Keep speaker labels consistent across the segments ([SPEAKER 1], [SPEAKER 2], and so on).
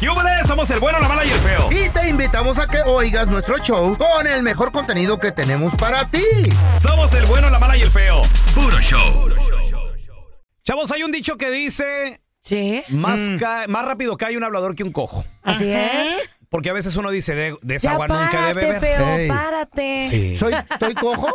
[SPEAKER 1] ¡Yúbales! Somos el bueno, la mala y el feo.
[SPEAKER 2] Y te invitamos a que oigas nuestro show con el mejor contenido que tenemos para ti.
[SPEAKER 1] Somos el bueno, la mala y el feo.
[SPEAKER 3] Puro show.
[SPEAKER 1] Chavos, hay un dicho que dice...
[SPEAKER 4] Sí.
[SPEAKER 1] Más, ca- más rápido cae un hablador que un cojo.
[SPEAKER 4] Así es.
[SPEAKER 1] Porque a veces uno dice, de, de esa
[SPEAKER 4] Ya
[SPEAKER 1] agua nunca
[SPEAKER 4] párate,
[SPEAKER 1] debe beber.
[SPEAKER 4] feo,
[SPEAKER 2] Ey.
[SPEAKER 4] párate.
[SPEAKER 1] Sí.
[SPEAKER 2] Soy, ¿Estoy cojo?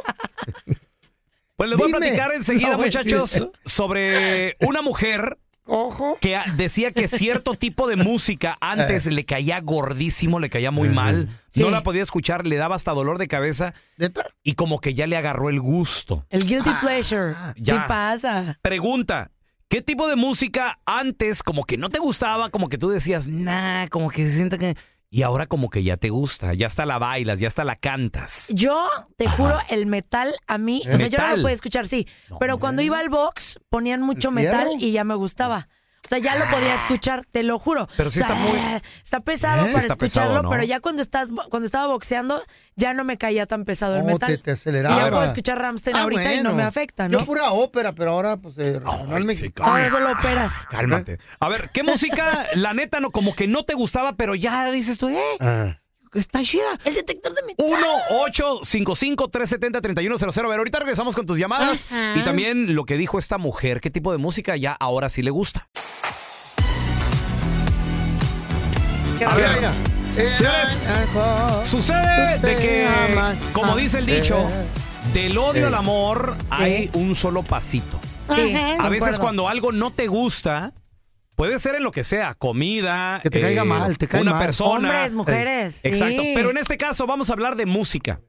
[SPEAKER 1] Pues les voy
[SPEAKER 2] Dime.
[SPEAKER 1] a platicar enseguida,
[SPEAKER 4] No, pues,
[SPEAKER 1] muchachos,
[SPEAKER 4] sí.
[SPEAKER 1] sobre una mujer
[SPEAKER 2] ¿Cojo?
[SPEAKER 1] que a- decía que cierto tipo de música antes le caía gordísimo, le caía muy mal,
[SPEAKER 4] Sí.
[SPEAKER 1] no la podía escuchar, le daba hasta dolor de cabeza
[SPEAKER 2] ¿Neta?
[SPEAKER 1] y como que ya le agarró el gusto.
[SPEAKER 4] El guilty pleasure.
[SPEAKER 1] Ah, ya.
[SPEAKER 4] Sí pasa.
[SPEAKER 1] Pregunta, ¿qué tipo de música antes como que no te gustaba, como que tú decías, nah, como que se siente que... Y ahora como que ya te gusta, ya hasta la bailas, ya hasta la cantas.
[SPEAKER 4] Yo, te
[SPEAKER 1] Ajá.
[SPEAKER 4] juro, el metal a mí, o sea, yo no
[SPEAKER 1] ¿Metal?
[SPEAKER 4] lo podía escuchar, sí.
[SPEAKER 1] No,
[SPEAKER 4] pero cuando iba al box, ponían mucho metal
[SPEAKER 2] fierro?
[SPEAKER 4] y ya me gustaba. O sea, ya lo podía escuchar, te lo juro.
[SPEAKER 1] Ah. Pero sí
[SPEAKER 4] O sea,
[SPEAKER 1] está muy-
[SPEAKER 4] eh, está pesado
[SPEAKER 1] Sí
[SPEAKER 4] para
[SPEAKER 1] está pesado,
[SPEAKER 4] escucharlo,
[SPEAKER 1] ¿no?
[SPEAKER 4] pero ya cuando estás bo- cuando estaba boxeando, ya no me caía tan pesado el
[SPEAKER 2] No,
[SPEAKER 4] metal.
[SPEAKER 2] Oh, te- te
[SPEAKER 4] y
[SPEAKER 2] aceleraba.
[SPEAKER 4] ya puedo escuchar Ramstein
[SPEAKER 2] Ah,
[SPEAKER 4] ahorita y no
[SPEAKER 2] bueno.
[SPEAKER 4] me afecta, ¿no? Ah,
[SPEAKER 2] Yo pura ópera, pero ahora pues eh, regional
[SPEAKER 1] Ay,
[SPEAKER 2] mexicano.
[SPEAKER 1] sí,
[SPEAKER 4] Ahora solo operas.
[SPEAKER 1] Cálmate. A ver, ¿qué música, la neta, no, como que no te gustaba, pero ya dices tú, eh,
[SPEAKER 2] Ah.
[SPEAKER 1] está chida?
[SPEAKER 4] El detector de metal.
[SPEAKER 1] 1-855-370-3100. A ver, ahorita regresamos con tus llamadas y también lo que dijo esta mujer, qué tipo de música ya ahora sí le gusta.
[SPEAKER 2] A ver, mira.
[SPEAKER 1] Señores, Sucede de que,
[SPEAKER 2] ah,
[SPEAKER 1] como dice el dicho,
[SPEAKER 2] eh.
[SPEAKER 1] del odio al amor hay un solo pasito.
[SPEAKER 4] Sí,
[SPEAKER 1] A veces
[SPEAKER 4] concuerdo.
[SPEAKER 1] cuando algo no te gusta, puede ser en lo que sea, comida, eh,
[SPEAKER 2] Que te caiga mal, te cae
[SPEAKER 1] una
[SPEAKER 2] mal.
[SPEAKER 1] persona,
[SPEAKER 4] Hombres, mujeres.
[SPEAKER 1] Exacto.
[SPEAKER 4] sí.
[SPEAKER 1] Pero en este caso vamos a hablar de música.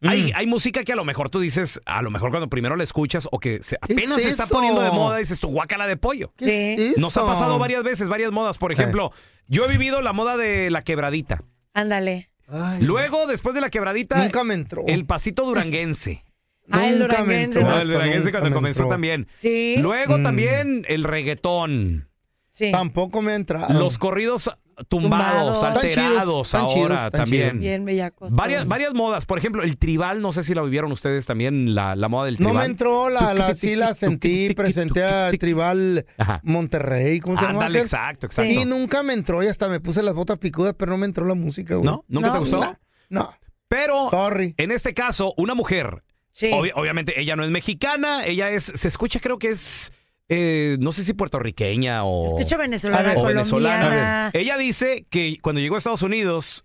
[SPEAKER 2] Mm.
[SPEAKER 1] Hay, hay música que a lo mejor tú dices, a lo mejor cuando primero la escuchas o que se,
[SPEAKER 2] ¿Qué es
[SPEAKER 1] apenas se está
[SPEAKER 2] eso?
[SPEAKER 1] poniendo de moda, dices tu guácala de pollo.
[SPEAKER 2] ¿Qué es
[SPEAKER 1] Nos ha
[SPEAKER 2] eso? Eh.
[SPEAKER 1] pasado varias veces, varias modas. Por ejemplo, yo he vivido la moda de la quebradita.
[SPEAKER 4] Ándale.
[SPEAKER 2] Ay,
[SPEAKER 1] Luego, después de la quebradita,
[SPEAKER 2] Nunca me entró.
[SPEAKER 1] el pasito duranguense.
[SPEAKER 4] Ah, el
[SPEAKER 2] Nunca
[SPEAKER 4] duranguense.
[SPEAKER 2] me entró.
[SPEAKER 4] No,
[SPEAKER 1] Ah,
[SPEAKER 4] Ah,
[SPEAKER 1] el
[SPEAKER 2] Eso
[SPEAKER 1] duranguense
[SPEAKER 2] nunca
[SPEAKER 1] cuando
[SPEAKER 2] me
[SPEAKER 1] comenzó
[SPEAKER 2] entró.
[SPEAKER 1] también.
[SPEAKER 4] Sí.
[SPEAKER 1] Luego
[SPEAKER 2] Mm.
[SPEAKER 1] también el reggaetón.
[SPEAKER 4] sí.
[SPEAKER 2] Tampoco me ha entrado.
[SPEAKER 1] Los corridos tumbados,
[SPEAKER 4] Tumbados. Tan
[SPEAKER 2] Ah. chidos,
[SPEAKER 1] alterados
[SPEAKER 2] tan chidos,
[SPEAKER 1] ahora
[SPEAKER 2] tan
[SPEAKER 1] también.
[SPEAKER 4] Bien bellacos.
[SPEAKER 1] Varias, varias modas. Por ejemplo, el tribal, no sé si la vivieron ustedes también, la, la moda del
[SPEAKER 2] No
[SPEAKER 1] tribal.
[SPEAKER 2] me entró, la, la, sí la sentí, presenté a Tribal
[SPEAKER 1] Ajá.
[SPEAKER 2] Monterrey, ¿cómo se llama?
[SPEAKER 1] Ándale,
[SPEAKER 2] aquel? Y
[SPEAKER 1] exacto, exacto.
[SPEAKER 2] nunca me entró y hasta me puse las botas picudas, pero no me entró la música, güey.
[SPEAKER 1] ¿No? ¿Nunca te
[SPEAKER 4] No.
[SPEAKER 1] gustó?
[SPEAKER 2] No,
[SPEAKER 1] Pero
[SPEAKER 2] sorry.
[SPEAKER 1] en este caso, una mujer,
[SPEAKER 4] Sí.
[SPEAKER 1] obvi- obviamente ella no es mexicana, ella es, se escucha creo que es, eh, no sé si puertorriqueña o...
[SPEAKER 4] Se escucha
[SPEAKER 2] A
[SPEAKER 4] venezolana,
[SPEAKER 2] ver,
[SPEAKER 1] o
[SPEAKER 4] colombiana.
[SPEAKER 1] venezolana. Ella dice que cuando llegó a Estados Unidos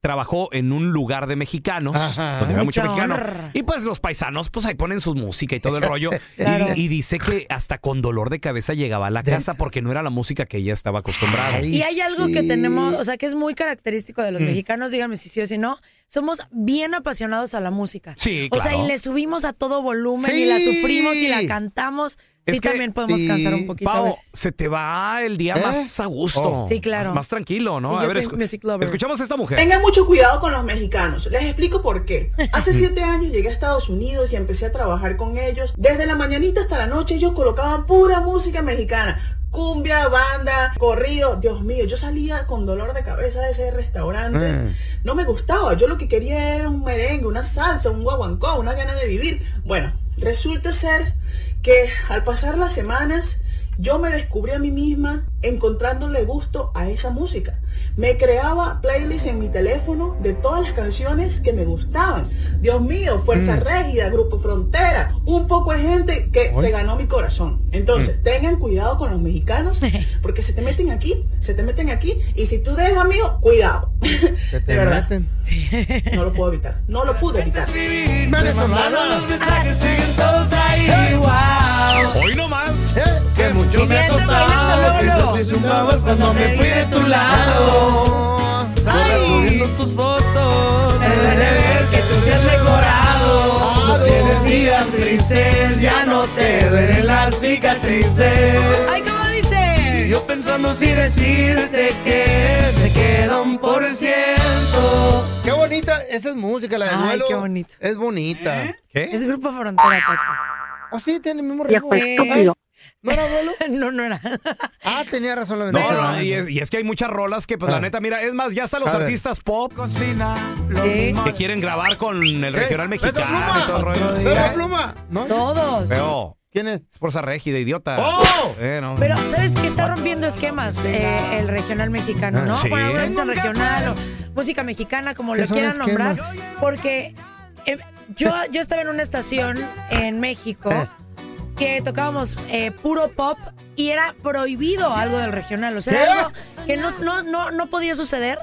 [SPEAKER 1] trabajó en un lugar de mexicanos,
[SPEAKER 2] Ajá.
[SPEAKER 1] donde había mucho
[SPEAKER 4] Mucho
[SPEAKER 1] mexicano.
[SPEAKER 4] honor.
[SPEAKER 1] Y pues los paisanos, pues ahí ponen su música y todo el rollo. Y di-
[SPEAKER 4] Claro.
[SPEAKER 1] y, dice que hasta con dolor de cabeza llegaba a la
[SPEAKER 2] De-
[SPEAKER 1] casa porque no era la música que ella estaba acostumbrada.
[SPEAKER 2] Ay,
[SPEAKER 4] Y hay algo que
[SPEAKER 2] sí.
[SPEAKER 4] tenemos, o sea, que es muy característico de los mexicanos, díganme si sí o si no, somos bien apasionados a la música.
[SPEAKER 1] Sí,
[SPEAKER 4] O sea,
[SPEAKER 1] claro.
[SPEAKER 4] y le subimos a todo volumen y la
[SPEAKER 2] Sí.
[SPEAKER 4] sufrimos y la cantamos.
[SPEAKER 1] Es
[SPEAKER 4] sí,
[SPEAKER 1] que-
[SPEAKER 4] también podemos
[SPEAKER 2] sí.
[SPEAKER 4] cansar un poquito a
[SPEAKER 1] Pao,
[SPEAKER 4] veces.
[SPEAKER 1] se te va el día
[SPEAKER 2] ¿Eh?
[SPEAKER 1] más a gusto.
[SPEAKER 2] Oh.
[SPEAKER 4] Sí, claro.
[SPEAKER 1] Más, más tranquilo, ¿no?
[SPEAKER 4] Sí,
[SPEAKER 1] a
[SPEAKER 4] yo
[SPEAKER 1] ver,
[SPEAKER 4] soy music lover.
[SPEAKER 1] escuchamos a esta mujer.
[SPEAKER 5] Tengan mucho cuidado con los mexicanos. Les explico por qué. Hace siete años llegué a Estados Unidos y empecé a trabajar con ellos. Desde la mañanita hasta la noche ellos colocaban pura música mexicana. Cumbia, banda, corrido. Dios mío, yo salía con dolor de cabeza de ese restaurante.
[SPEAKER 6] Ah.
[SPEAKER 2] Mm.
[SPEAKER 5] No me gustaba. Yo lo que quería era un merengue, una salsa, un guaguancó, una gana de vivir. Bueno, resulta ser que al pasar las semanas yo me descubrí a mí misma encontrándole gusto a esa música. Me creaba playlists en mi teléfono de todas las canciones que me gustaban. Dios mío, Fuerza Régida, Grupo Frontera, un poco de gente que se ganó mi corazón. Entonces, tengan cuidado con los mexicanos, porque se te meten aquí, se te meten aquí, y si tú dejas, amigo, cuidado.
[SPEAKER 2] Se te
[SPEAKER 5] De verdad.
[SPEAKER 2] meten.
[SPEAKER 5] No lo puedo evitar, no lo pude evitar.
[SPEAKER 2] Venezolana.
[SPEAKER 1] Hoy nomás.
[SPEAKER 2] Eh, que mucho me ha
[SPEAKER 4] Siguiente
[SPEAKER 2] costado.
[SPEAKER 4] bailando,
[SPEAKER 2] Quizás
[SPEAKER 4] Lolo.
[SPEAKER 2] te hice un favor cuando me fui de tu lado. Recorriendo tus fotos. Me duele ver que tú seas mejorado. No tienes días grises, ya no te duelen las cicatrices.
[SPEAKER 4] ¡Ay, cómo dice!
[SPEAKER 2] Yo pensando si decirte que me queda un por ciento. Qué bonita, esa es música, la de
[SPEAKER 4] Ay,
[SPEAKER 2] duelo.
[SPEAKER 4] qué bonito.
[SPEAKER 2] Es bonita.
[SPEAKER 1] ¿Eh? ¿Qué?
[SPEAKER 4] Es Grupo Frontera. Coco.
[SPEAKER 2] Oh, sí, tiene el mismo
[SPEAKER 4] Viejo
[SPEAKER 2] ritmo.
[SPEAKER 4] estúpido.
[SPEAKER 2] ¿No era duelo?
[SPEAKER 4] no, no era.
[SPEAKER 2] Ah, tenía razón la
[SPEAKER 1] No,
[SPEAKER 2] venezolana.
[SPEAKER 1] no, y es, y es que hay muchas rolas que, pues, la
[SPEAKER 2] Ah.
[SPEAKER 1] neta, mira, es más, ya hasta los
[SPEAKER 2] A ver.
[SPEAKER 1] artistas pop
[SPEAKER 4] Sí,
[SPEAKER 1] que quieren grabar con el regional
[SPEAKER 2] Beso
[SPEAKER 1] mexicano y todo el
[SPEAKER 2] pluma.
[SPEAKER 1] rollo.
[SPEAKER 2] Beso pluma. ¿No?
[SPEAKER 4] Todos.
[SPEAKER 1] Pero,
[SPEAKER 2] ¿Quién es?
[SPEAKER 1] Esposa régida, idiota.
[SPEAKER 2] ¡Oh!
[SPEAKER 1] Eh, no.
[SPEAKER 4] Pero, ¿sabes qué? Está rompiendo esquemas eh, el regional mexicano,
[SPEAKER 2] Ah,
[SPEAKER 4] ¿no?
[SPEAKER 1] Sí.
[SPEAKER 4] Bueno, ahora es el regional o música mexicana, como
[SPEAKER 2] ¿Qué
[SPEAKER 4] lo
[SPEAKER 2] son
[SPEAKER 4] quieran nombrar.
[SPEAKER 2] esquemas?
[SPEAKER 4] Porque eh, yo, yo estaba en una estación en México
[SPEAKER 2] Eh.
[SPEAKER 4] que tocábamos eh, puro pop y era prohibido algo del regional. O sea,
[SPEAKER 2] ¿Qué? Mm.
[SPEAKER 4] era algo que no, no, no, no podía suceder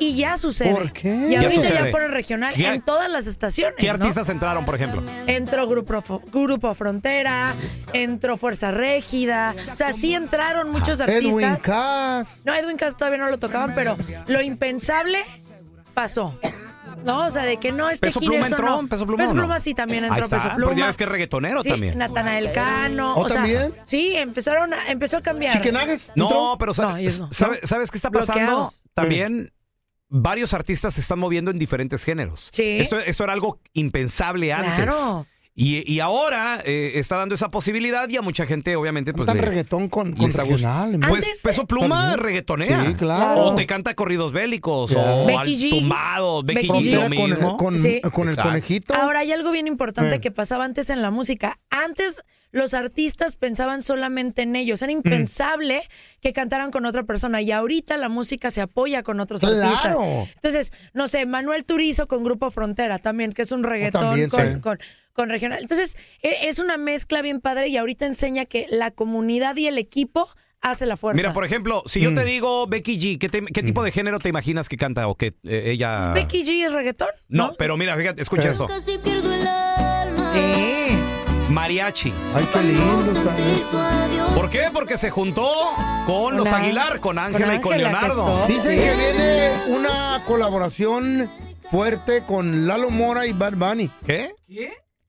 [SPEAKER 4] y ya sucede.
[SPEAKER 2] ¿Por qué?
[SPEAKER 4] Y
[SPEAKER 2] Ya
[SPEAKER 4] ahorita ya,
[SPEAKER 1] sucede.
[SPEAKER 4] por el regional
[SPEAKER 1] ¿Qué-
[SPEAKER 4] en todas las estaciones.
[SPEAKER 1] ¿Qué
[SPEAKER 4] ¿no?
[SPEAKER 1] artistas entraron, por ejemplo?
[SPEAKER 4] Entró Grupo, Fo- Grupo Frontera, entró Fuerza Régida. O sea, sí entraron muchos
[SPEAKER 2] Edwin
[SPEAKER 4] artistas.
[SPEAKER 2] Cass.
[SPEAKER 4] No, Edwin Cass todavía no lo tocaban, pero lo impensable pasó. No, o sea, de que no es que
[SPEAKER 1] Peso
[SPEAKER 4] quién
[SPEAKER 1] Pluma
[SPEAKER 4] esto
[SPEAKER 1] entró,
[SPEAKER 4] no.
[SPEAKER 1] Peso Pluma, ¿o no?
[SPEAKER 4] sí también
[SPEAKER 1] Ahí
[SPEAKER 4] entró
[SPEAKER 1] está,
[SPEAKER 4] Peso
[SPEAKER 1] porque
[SPEAKER 4] Pluma.
[SPEAKER 1] ya ves que es reggaetonero
[SPEAKER 4] Sí,
[SPEAKER 1] también.
[SPEAKER 4] Natanael Cano.
[SPEAKER 2] ¿Oh,
[SPEAKER 4] o sea,
[SPEAKER 2] también?
[SPEAKER 4] Sí, empezaron a- empezó a cambiar.
[SPEAKER 2] Chiquenagues.
[SPEAKER 1] No, pero
[SPEAKER 4] No,
[SPEAKER 1] sa-
[SPEAKER 4] ellos no.
[SPEAKER 1] sabe- ¿sabes qué está pasando?
[SPEAKER 4] Bloqueados.
[SPEAKER 1] También varios artistas se están moviendo en diferentes géneros.
[SPEAKER 4] Sí.
[SPEAKER 1] Esto, esto era algo impensable antes.
[SPEAKER 4] Claro.
[SPEAKER 1] Y, y ahora eh, está dando esa posibilidad y a mucha gente, obviamente, pues.
[SPEAKER 2] Cantan
[SPEAKER 1] le-
[SPEAKER 2] reggaetón con,
[SPEAKER 1] le
[SPEAKER 2] con
[SPEAKER 1] está gust-
[SPEAKER 2] regional.
[SPEAKER 1] Pues
[SPEAKER 4] Antes, eh,
[SPEAKER 1] peso pluma
[SPEAKER 2] también.
[SPEAKER 1] reggaetonea.
[SPEAKER 2] Sí, claro.
[SPEAKER 1] O te canta corridos bélicos,
[SPEAKER 2] Claro.
[SPEAKER 1] o
[SPEAKER 4] Becky
[SPEAKER 1] al-
[SPEAKER 4] G.
[SPEAKER 1] tumbados, Becky
[SPEAKER 4] Becky G.
[SPEAKER 1] G, lo
[SPEAKER 2] Frontera con,
[SPEAKER 1] mismo.
[SPEAKER 2] eh, con-
[SPEAKER 4] Sí.
[SPEAKER 2] con el
[SPEAKER 1] Exacto.
[SPEAKER 2] conejito.
[SPEAKER 4] Ahora hay algo bien importante
[SPEAKER 2] Eh.
[SPEAKER 4] que pasaba antes en la música. Antes los artistas pensaban solamente en ellos.
[SPEAKER 2] Mm.
[SPEAKER 4] Era impensable que cantaran con otra persona. Y ahorita la música se apoya con otros
[SPEAKER 2] Claro.
[SPEAKER 4] artistas. Entonces, no sé, Manuel Turizo con Grupo Frontera también, que es un reggaetón
[SPEAKER 2] Oh, También,
[SPEAKER 4] con,
[SPEAKER 2] sí.
[SPEAKER 4] con- con regional. Entonces, e- es una mezcla bien padre y ahorita enseña que la comunidad y el equipo hace la fuerza.
[SPEAKER 1] Mira, por ejemplo, si
[SPEAKER 2] Mm.
[SPEAKER 1] yo te digo Becky G, ¿qué, te- qué tipo de género te imaginas que canta o que eh, ella.
[SPEAKER 4] Becky G es reggaetón.
[SPEAKER 1] No, pero mira, fíjate, escucha
[SPEAKER 2] Eh.
[SPEAKER 1] esto.
[SPEAKER 3] Casi pierdo el alma.
[SPEAKER 4] Sí.
[SPEAKER 1] Mariachi.
[SPEAKER 2] Ay, qué lindo. está, eh.
[SPEAKER 3] Sentir tu adiós.
[SPEAKER 1] ¿Por qué? Porque se juntó con los
[SPEAKER 4] Una-
[SPEAKER 1] Aguilar, con Ángela y con
[SPEAKER 4] Ángela, que
[SPEAKER 1] Leonardo.
[SPEAKER 4] es top.
[SPEAKER 2] Dicen que viene una colaboración fuerte con Lalo Mora y Bad Bunny.
[SPEAKER 1] ¿Qué?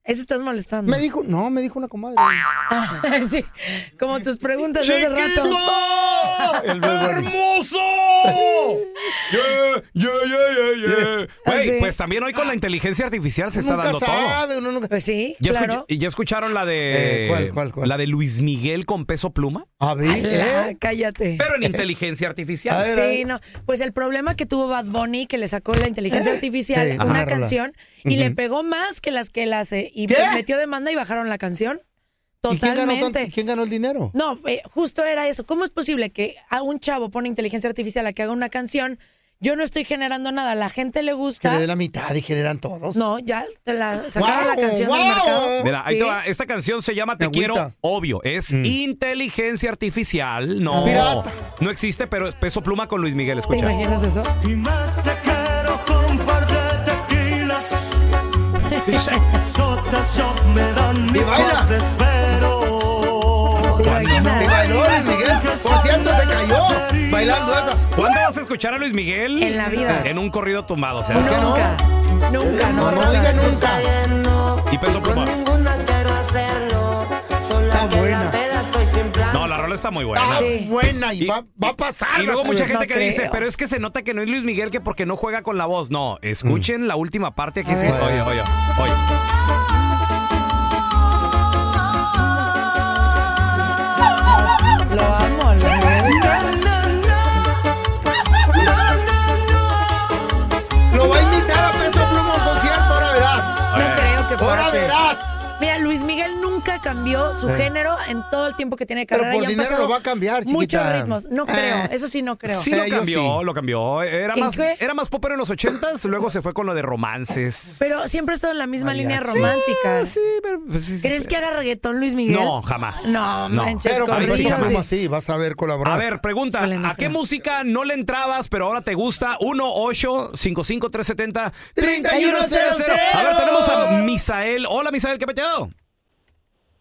[SPEAKER 4] Ese estás molestando. Ah,
[SPEAKER 2] Me dijo, no, me dijo una comadre.
[SPEAKER 4] sí, como tus preguntas de hace rato.
[SPEAKER 2] El Bad Bunny.
[SPEAKER 1] ¡Hermoso! Yeah, yeah, yeah, yeah, yeah. Güey,
[SPEAKER 4] Así.
[SPEAKER 1] pues también hoy con la inteligencia artificial se está
[SPEAKER 2] Ah. Nunca
[SPEAKER 1] dando todo.
[SPEAKER 2] sabe, uno nunca-
[SPEAKER 4] Pues sí,
[SPEAKER 1] ¿Ya, escuch-
[SPEAKER 4] claro.
[SPEAKER 1] ¿Ya escucharon la de
[SPEAKER 2] Eh, ¿cuál, cuál, cuál?
[SPEAKER 1] la de Luis Miguel con peso pluma?
[SPEAKER 2] A ver,
[SPEAKER 4] Ala,
[SPEAKER 2] ¿eh?
[SPEAKER 4] cállate.
[SPEAKER 1] Pero en inteligencia artificial.
[SPEAKER 2] A ver, a ver.
[SPEAKER 4] Sí, no. Pues el problema que tuvo Bad Bunny, que le sacó la inteligencia artificial
[SPEAKER 2] Eh, Sí,
[SPEAKER 4] una
[SPEAKER 2] ajá.
[SPEAKER 4] canción y le pegó más que las que él hace. Y
[SPEAKER 2] ¿Qué?
[SPEAKER 4] metió demanda y bajaron la canción.
[SPEAKER 2] ¿Y quién ganó,
[SPEAKER 4] Totalmente.
[SPEAKER 2] tanto- quién ganó el dinero?
[SPEAKER 4] No, eh, justo era eso. ¿Cómo es posible que a un chavo pone inteligencia artificial a que haga una canción? Yo no estoy generando nada, la gente le
[SPEAKER 2] Que le
[SPEAKER 4] gusta.
[SPEAKER 2] dé la mitad y generan todos.
[SPEAKER 4] No, ya te la sacaron la
[SPEAKER 2] Guau,
[SPEAKER 4] canción del
[SPEAKER 2] guau.
[SPEAKER 4] mercado.
[SPEAKER 1] Mira, ahí
[SPEAKER 4] Sí.
[SPEAKER 1] te va. Esta canción se llama Te
[SPEAKER 2] Agüita. Mm.
[SPEAKER 1] quiero, obvio. Es inteligencia artificial. No.
[SPEAKER 2] Pirata.
[SPEAKER 1] No existe, pero es peso pluma con Luis Miguel.
[SPEAKER 4] ¿Te
[SPEAKER 1] Escucha.
[SPEAKER 4] imaginas eso?
[SPEAKER 7] Y más te quiero con un par de tequilas. Sota shot me dan mis
[SPEAKER 2] baila.
[SPEAKER 7] cuates, pero.
[SPEAKER 2] Te bailó Luis Miguel. Por cierto, se cayó bailando esa.
[SPEAKER 1] ¿Cuándo vas a escuchar a Luis Miguel?
[SPEAKER 4] En la vida.
[SPEAKER 1] En un corrido tumbado, o sea.
[SPEAKER 2] ¿Por qué no?
[SPEAKER 4] Nunca, nunca, no.
[SPEAKER 2] No,
[SPEAKER 4] va a
[SPEAKER 2] no diga
[SPEAKER 4] pasar.
[SPEAKER 2] nunca.
[SPEAKER 1] Y peso pluma.
[SPEAKER 2] Está buena.
[SPEAKER 1] No, la rola está muy buena.
[SPEAKER 2] Está
[SPEAKER 4] Sí.
[SPEAKER 2] buena y va, va a pasar.
[SPEAKER 1] Y luego
[SPEAKER 2] vas a
[SPEAKER 1] mucha
[SPEAKER 2] ver.
[SPEAKER 1] gente
[SPEAKER 4] No
[SPEAKER 1] que dice,
[SPEAKER 4] creo.
[SPEAKER 1] pero es que se nota que no es Luis Miguel que porque no juega con la voz. No, escuchen la última parte aquí.
[SPEAKER 4] A
[SPEAKER 1] sí.
[SPEAKER 4] ver.
[SPEAKER 1] Oye, oye, oye.
[SPEAKER 4] Lo amo, lo amo.
[SPEAKER 2] Lo va a imitar a Peso Pluma a un concierto, ahora verás.
[SPEAKER 4] No creo que
[SPEAKER 2] Ahora
[SPEAKER 4] pase.
[SPEAKER 2] verás.
[SPEAKER 4] Mira, Luis Miguel nunca cambió su género en todo el tiempo que tiene de
[SPEAKER 2] Pero
[SPEAKER 4] carrera.
[SPEAKER 2] por
[SPEAKER 4] y han
[SPEAKER 2] dinero
[SPEAKER 4] pasado
[SPEAKER 2] lo va a cambiar, chiquita.
[SPEAKER 4] Muchos ritmos. No creo.
[SPEAKER 2] Eh.
[SPEAKER 4] Eso sí no creo.
[SPEAKER 1] Sí,
[SPEAKER 2] Eh,
[SPEAKER 1] lo
[SPEAKER 2] yo
[SPEAKER 1] cambió,
[SPEAKER 2] sí.
[SPEAKER 1] lo cambió. Era
[SPEAKER 4] ¿En
[SPEAKER 1] más,
[SPEAKER 4] qué?
[SPEAKER 1] era más popero en los ochentas, luego se fue con lo de romances.
[SPEAKER 4] Pero siempre ha estado en la misma
[SPEAKER 2] Mariachi.
[SPEAKER 4] línea
[SPEAKER 2] Eh,
[SPEAKER 4] romántica.
[SPEAKER 1] Sí, pero... pues, sí, sí.
[SPEAKER 4] ¿Crees que haga reggaetón Luis Miguel?
[SPEAKER 1] No, jamás.
[SPEAKER 4] No, manches,
[SPEAKER 2] Pero con
[SPEAKER 1] A ver,
[SPEAKER 2] Peso
[SPEAKER 1] jamás.
[SPEAKER 2] Pluma sí, vas a ver colaborar.
[SPEAKER 1] A ver, pregunta,
[SPEAKER 4] Híjole, no
[SPEAKER 1] ¿a qué
[SPEAKER 4] creo.
[SPEAKER 1] música no le entrabas, pero ahora te gusta? 1 8 55 370
[SPEAKER 2] 3100.
[SPEAKER 1] A ver, tenemos a Misael. Hola, Misael, ¿qué peteado?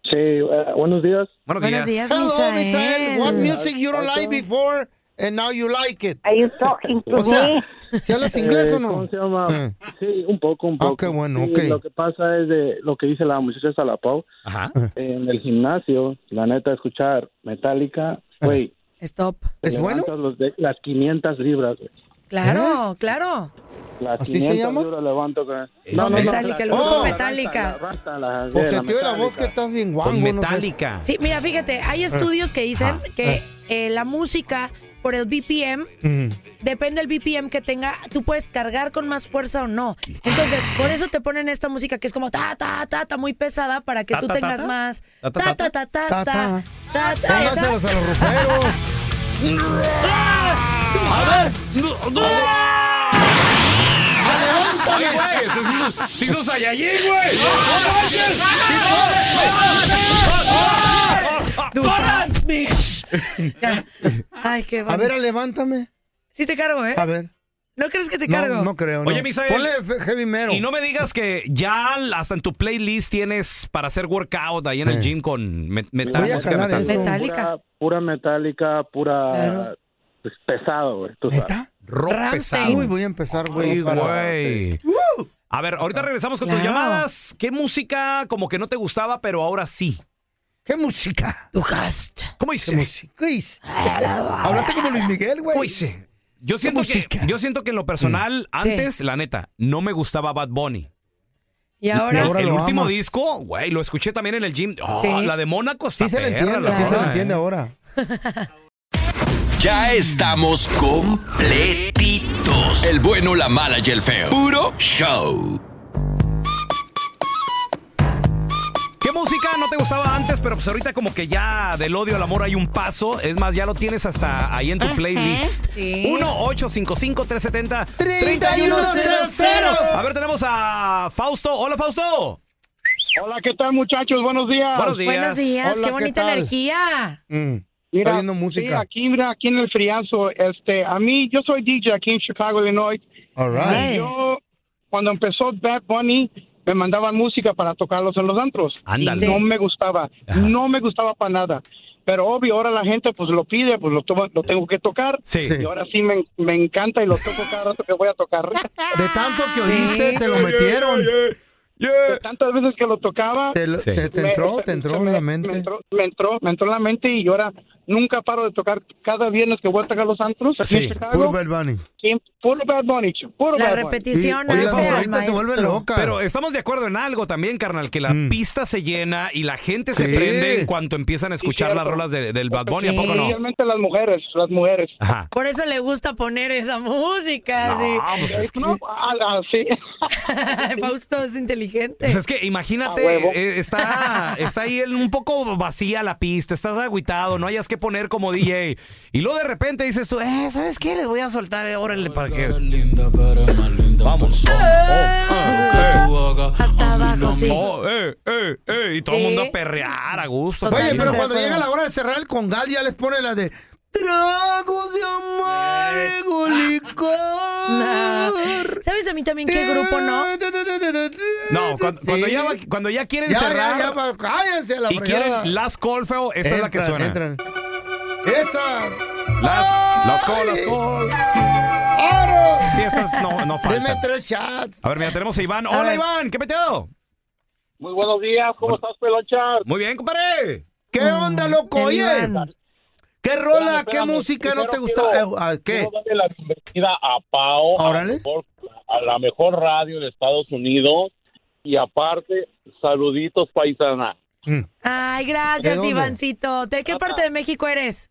[SPEAKER 8] Sí, eh, buenos días.
[SPEAKER 1] Buenos,
[SPEAKER 4] Buenos días,
[SPEAKER 2] Hello,
[SPEAKER 4] Misael.
[SPEAKER 2] Misael. What music you don't like before and now you like it?
[SPEAKER 6] Are you talking to
[SPEAKER 2] O sea,
[SPEAKER 6] me?
[SPEAKER 2] ¿si hablas inglés
[SPEAKER 8] Eh,
[SPEAKER 2] o no?
[SPEAKER 8] ¿Cómo se llama?
[SPEAKER 2] Eh.
[SPEAKER 8] Sí, un poco, un
[SPEAKER 2] Ah,
[SPEAKER 8] poco.
[SPEAKER 2] qué bueno,
[SPEAKER 8] Sí,
[SPEAKER 2] ok.
[SPEAKER 8] Lo que pasa es de lo que dice la muchacha Salapau.
[SPEAKER 1] Ajá.
[SPEAKER 8] En el gimnasio, la neta, escuchar Metallica, güey.
[SPEAKER 4] Stop.
[SPEAKER 8] te
[SPEAKER 2] Ah. ¿Es bueno?
[SPEAKER 8] levantas los de- las 500 libras, güey.
[SPEAKER 4] Claro, claro.
[SPEAKER 8] Las
[SPEAKER 2] ¿Eh? ¿Así se
[SPEAKER 8] 500
[SPEAKER 2] llama? Oh.
[SPEAKER 8] libras levanto. güey.
[SPEAKER 1] No,
[SPEAKER 4] Metallica, el grupo
[SPEAKER 8] la- la-
[SPEAKER 4] Metallica.
[SPEAKER 8] la- la- la- la- la-
[SPEAKER 2] O se
[SPEAKER 8] la
[SPEAKER 2] te oye la voz
[SPEAKER 8] Metallica.
[SPEAKER 2] que estás bien guango.
[SPEAKER 1] Con
[SPEAKER 2] no sé.
[SPEAKER 1] Metallica.
[SPEAKER 2] Eh.
[SPEAKER 4] Sí, mira, fíjate, hay estudios que dicen
[SPEAKER 1] Ajá.
[SPEAKER 4] que eh, la música por el BPM, depende del BPM que tenga, tú puedes cargar con más fuerza o no. Entonces, por eso te ponen esta música que es como ta, ta, ta, ta, muy pesada para que
[SPEAKER 1] Ta,
[SPEAKER 4] tú
[SPEAKER 1] ta, ta,
[SPEAKER 4] tengas
[SPEAKER 1] ta.
[SPEAKER 4] más.
[SPEAKER 1] Ta,
[SPEAKER 4] Ta,
[SPEAKER 1] ta,
[SPEAKER 4] ta,
[SPEAKER 1] ta,
[SPEAKER 4] ta, ta,
[SPEAKER 2] Ta,
[SPEAKER 4] ta,
[SPEAKER 2] ta.
[SPEAKER 4] ta,
[SPEAKER 2] Póngaselos
[SPEAKER 4] esa.
[SPEAKER 2] a los ruferos.
[SPEAKER 1] A ver. no, no. Oye, güey, se hizo, se hizo Saiyajin, güey.
[SPEAKER 4] Tú vas, bitch. Ya. Ay, qué
[SPEAKER 2] A
[SPEAKER 4] bueno.
[SPEAKER 2] ver, levántame.
[SPEAKER 4] Sí te cargo, ¿eh?
[SPEAKER 2] A ver.
[SPEAKER 4] ¿No crees que te cargo?
[SPEAKER 2] No, no creo.
[SPEAKER 1] Oye,
[SPEAKER 2] no.
[SPEAKER 1] Misael.
[SPEAKER 2] Ponle fe- heavy metal.
[SPEAKER 1] Y no me digas que ya hasta en tu playlist tienes para hacer workout ahí en el
[SPEAKER 2] Eh.
[SPEAKER 1] gym con met- metal,
[SPEAKER 2] Voy a
[SPEAKER 1] música
[SPEAKER 2] calar
[SPEAKER 1] metal.
[SPEAKER 2] eso.
[SPEAKER 4] Metallica.
[SPEAKER 8] Pura, pura metálica, pura
[SPEAKER 4] Claro.
[SPEAKER 8] pues, pesado, güey. Tú sabes.
[SPEAKER 2] ¿Neta?
[SPEAKER 1] Rock
[SPEAKER 4] Rammstein.
[SPEAKER 1] pesado.
[SPEAKER 2] Uy, voy a empezar,
[SPEAKER 1] Ay,
[SPEAKER 2] güey. para-
[SPEAKER 1] güey.
[SPEAKER 4] ¡Uh!
[SPEAKER 1] A ver, ahorita regresamos con tus
[SPEAKER 4] Claro.
[SPEAKER 1] llamadas. ¿Qué música como que no te gustaba, pero ahora sí?
[SPEAKER 2] ¿Qué música?
[SPEAKER 4] Tu host.
[SPEAKER 1] ¿Cómo
[SPEAKER 2] ¿Qué
[SPEAKER 1] hice?
[SPEAKER 2] música? es? Hablaste como Luis Miguel,
[SPEAKER 1] ¿Cómo
[SPEAKER 2] güey.
[SPEAKER 1] hice? Yo siento, que,
[SPEAKER 2] música?
[SPEAKER 1] yo siento que en lo personal, antes, la neta, no me gustaba Bad Bunny.
[SPEAKER 4] Y
[SPEAKER 1] El,
[SPEAKER 4] ahora.
[SPEAKER 2] ahora
[SPEAKER 1] el
[SPEAKER 2] lo
[SPEAKER 1] último
[SPEAKER 2] amas.
[SPEAKER 1] disco, güey, lo escuché también en el gym. Oh,
[SPEAKER 4] Sí.
[SPEAKER 1] La de Mónaco está
[SPEAKER 2] Sí se le
[SPEAKER 1] perra,
[SPEAKER 2] entiende,
[SPEAKER 1] la
[SPEAKER 2] sí se le
[SPEAKER 1] neta,
[SPEAKER 2] entiende
[SPEAKER 1] eh.
[SPEAKER 2] ahora.
[SPEAKER 6] Ya estamos completitos. El bueno, la mala y el feo. Puro show.
[SPEAKER 1] ¿Qué música no te gustaba antes, pero pues ahorita como que ya del odio al amor hay un paso? Es más, ya lo tienes hasta ahí en tu playlist.
[SPEAKER 4] Sí.
[SPEAKER 1] 1-855-370-3100. A ver, tenemos a Fausto. Hola, Fausto.
[SPEAKER 9] Hola, ¿qué tal muchachos? Buenos días.
[SPEAKER 1] Buenos días.
[SPEAKER 4] Buenos días,
[SPEAKER 2] Hola,
[SPEAKER 4] qué
[SPEAKER 2] ¿qué
[SPEAKER 4] bonita
[SPEAKER 2] tal?
[SPEAKER 4] energía.
[SPEAKER 2] Mm.
[SPEAKER 9] Mira,
[SPEAKER 2] Está viendo música.
[SPEAKER 9] sí, aquí, mira, aquí en el friazo, este, a mí, yo soy DJ aquí en Chicago, Illinois.
[SPEAKER 2] All right.
[SPEAKER 4] Ay.
[SPEAKER 9] Yo, cuando empezó Bad Bunny, me mandaban música para tocarlos en los antros.
[SPEAKER 1] Ándale.
[SPEAKER 9] Y no
[SPEAKER 4] Sí.
[SPEAKER 9] me gustaba, no me gustaba para nada. Pero obvio, ahora la gente pues lo pide, pues lo, to- lo tengo que tocar.
[SPEAKER 1] Sí.
[SPEAKER 9] Y ahora sí me, me encanta y lo toco cada rato que voy a tocar.
[SPEAKER 2] De tanto que oíste, te lo metieron.
[SPEAKER 9] De tantas veces que lo tocaba,
[SPEAKER 2] Te, lo-
[SPEAKER 1] Sí.
[SPEAKER 2] se- te
[SPEAKER 9] me-
[SPEAKER 2] entró,
[SPEAKER 9] se-
[SPEAKER 2] te entró
[SPEAKER 9] se
[SPEAKER 2] en
[SPEAKER 9] me-
[SPEAKER 2] la
[SPEAKER 9] Me
[SPEAKER 2] mente.
[SPEAKER 9] entró, me entró, me entró en la mente y ahora nunca paro de tocar cada viernes que voy a tocar los antros aquí
[SPEAKER 1] Sí,
[SPEAKER 9] en Chicago.
[SPEAKER 2] Puro Bad Bunny.
[SPEAKER 9] aquí, puro Bad Bunny, chico, puro
[SPEAKER 4] La
[SPEAKER 9] Bad Bunny.
[SPEAKER 4] repetición
[SPEAKER 2] Oye,
[SPEAKER 4] hace
[SPEAKER 2] Fausto,
[SPEAKER 4] al
[SPEAKER 2] ahorita se
[SPEAKER 4] maestro.
[SPEAKER 2] vuelve loca.
[SPEAKER 1] Pero estamos de acuerdo en algo también, carnal, que la pista se llena y la gente se
[SPEAKER 2] Sí.
[SPEAKER 1] prende en cuanto empiezan a escuchar
[SPEAKER 9] cierto.
[SPEAKER 1] las rolas de- del Bad Bunny, ¿a
[SPEAKER 4] Sí.
[SPEAKER 1] poco no?
[SPEAKER 9] Especialmente las mujeres, las mujeres.
[SPEAKER 1] Ajá.
[SPEAKER 4] Por eso le gusta poner esa música.
[SPEAKER 1] Ah, pues es que-
[SPEAKER 9] No, ah, ah, sí.
[SPEAKER 4] sí. Fausto es inteligente.
[SPEAKER 1] Pues es que imagínate,
[SPEAKER 9] A huevo.
[SPEAKER 1] eh, está, está ahí el- un poco vacía la pista, estás agüitado, no hayas que poner como DJ. Y luego de repente dices tú, eh, ¿sabes qué? Les voy a soltar, eh, órale, para que. Vamos.
[SPEAKER 4] Hasta abajo, sí.
[SPEAKER 1] eh. Oh, eh, eh, eh, y todo el
[SPEAKER 4] Sí.
[SPEAKER 1] mundo a perrear a gusto.
[SPEAKER 2] Oye,
[SPEAKER 4] Totalmente
[SPEAKER 2] pero
[SPEAKER 4] de
[SPEAKER 2] cuando
[SPEAKER 4] acuerdo.
[SPEAKER 2] llega la hora de cerrar el congal, ya les pone la de. Tragos de
[SPEAKER 1] Eh.
[SPEAKER 2] amargo
[SPEAKER 4] Nah.
[SPEAKER 2] licor.
[SPEAKER 4] ¿Sabes a mí también qué grupo no?
[SPEAKER 2] Eh,
[SPEAKER 1] No, cuando, cuando ya, va- cuando ya quieren
[SPEAKER 2] Ya,
[SPEAKER 1] cerrar
[SPEAKER 2] ya, ya, va, cállense a la
[SPEAKER 1] y
[SPEAKER 2] fregada.
[SPEAKER 1] quieren Last Call, feo, esa es la que
[SPEAKER 2] Entran,
[SPEAKER 1] suena.
[SPEAKER 2] entran. Esas.
[SPEAKER 1] Last, last Call, Last
[SPEAKER 2] Ay.
[SPEAKER 1] Call.
[SPEAKER 2] ¡Oro!
[SPEAKER 1] Sí, estas no, no
[SPEAKER 2] Deme
[SPEAKER 1] faltan.
[SPEAKER 2] tres shots.
[SPEAKER 1] A ver, mira, tenemos a Iván. Hola,
[SPEAKER 4] ver.
[SPEAKER 1] Iván, ¿qué peteo?
[SPEAKER 9] Muy buenos días, ¿cómo estás, Pelonchar?
[SPEAKER 1] Muy bien, compadre.
[SPEAKER 2] Mm, ¿Qué onda, loco?
[SPEAKER 4] El
[SPEAKER 2] Oye,
[SPEAKER 4] Iván.
[SPEAKER 2] ¿qué rola, qué
[SPEAKER 9] Espérame,
[SPEAKER 2] música no te
[SPEAKER 9] primero
[SPEAKER 2] gustaba?
[SPEAKER 9] quiero-
[SPEAKER 2] Eh, ah, ¿Qué?
[SPEAKER 9] Quiero darle la bienvenida a Pao, a, la
[SPEAKER 2] Órale.
[SPEAKER 9] mejor- a la mejor radio de Estados Unidos. Y aparte, saluditos, paisana.
[SPEAKER 4] Ay,
[SPEAKER 2] ¿De
[SPEAKER 4] gracias,
[SPEAKER 2] dónde?
[SPEAKER 4] Ivancito. ¿De qué parte de México eres?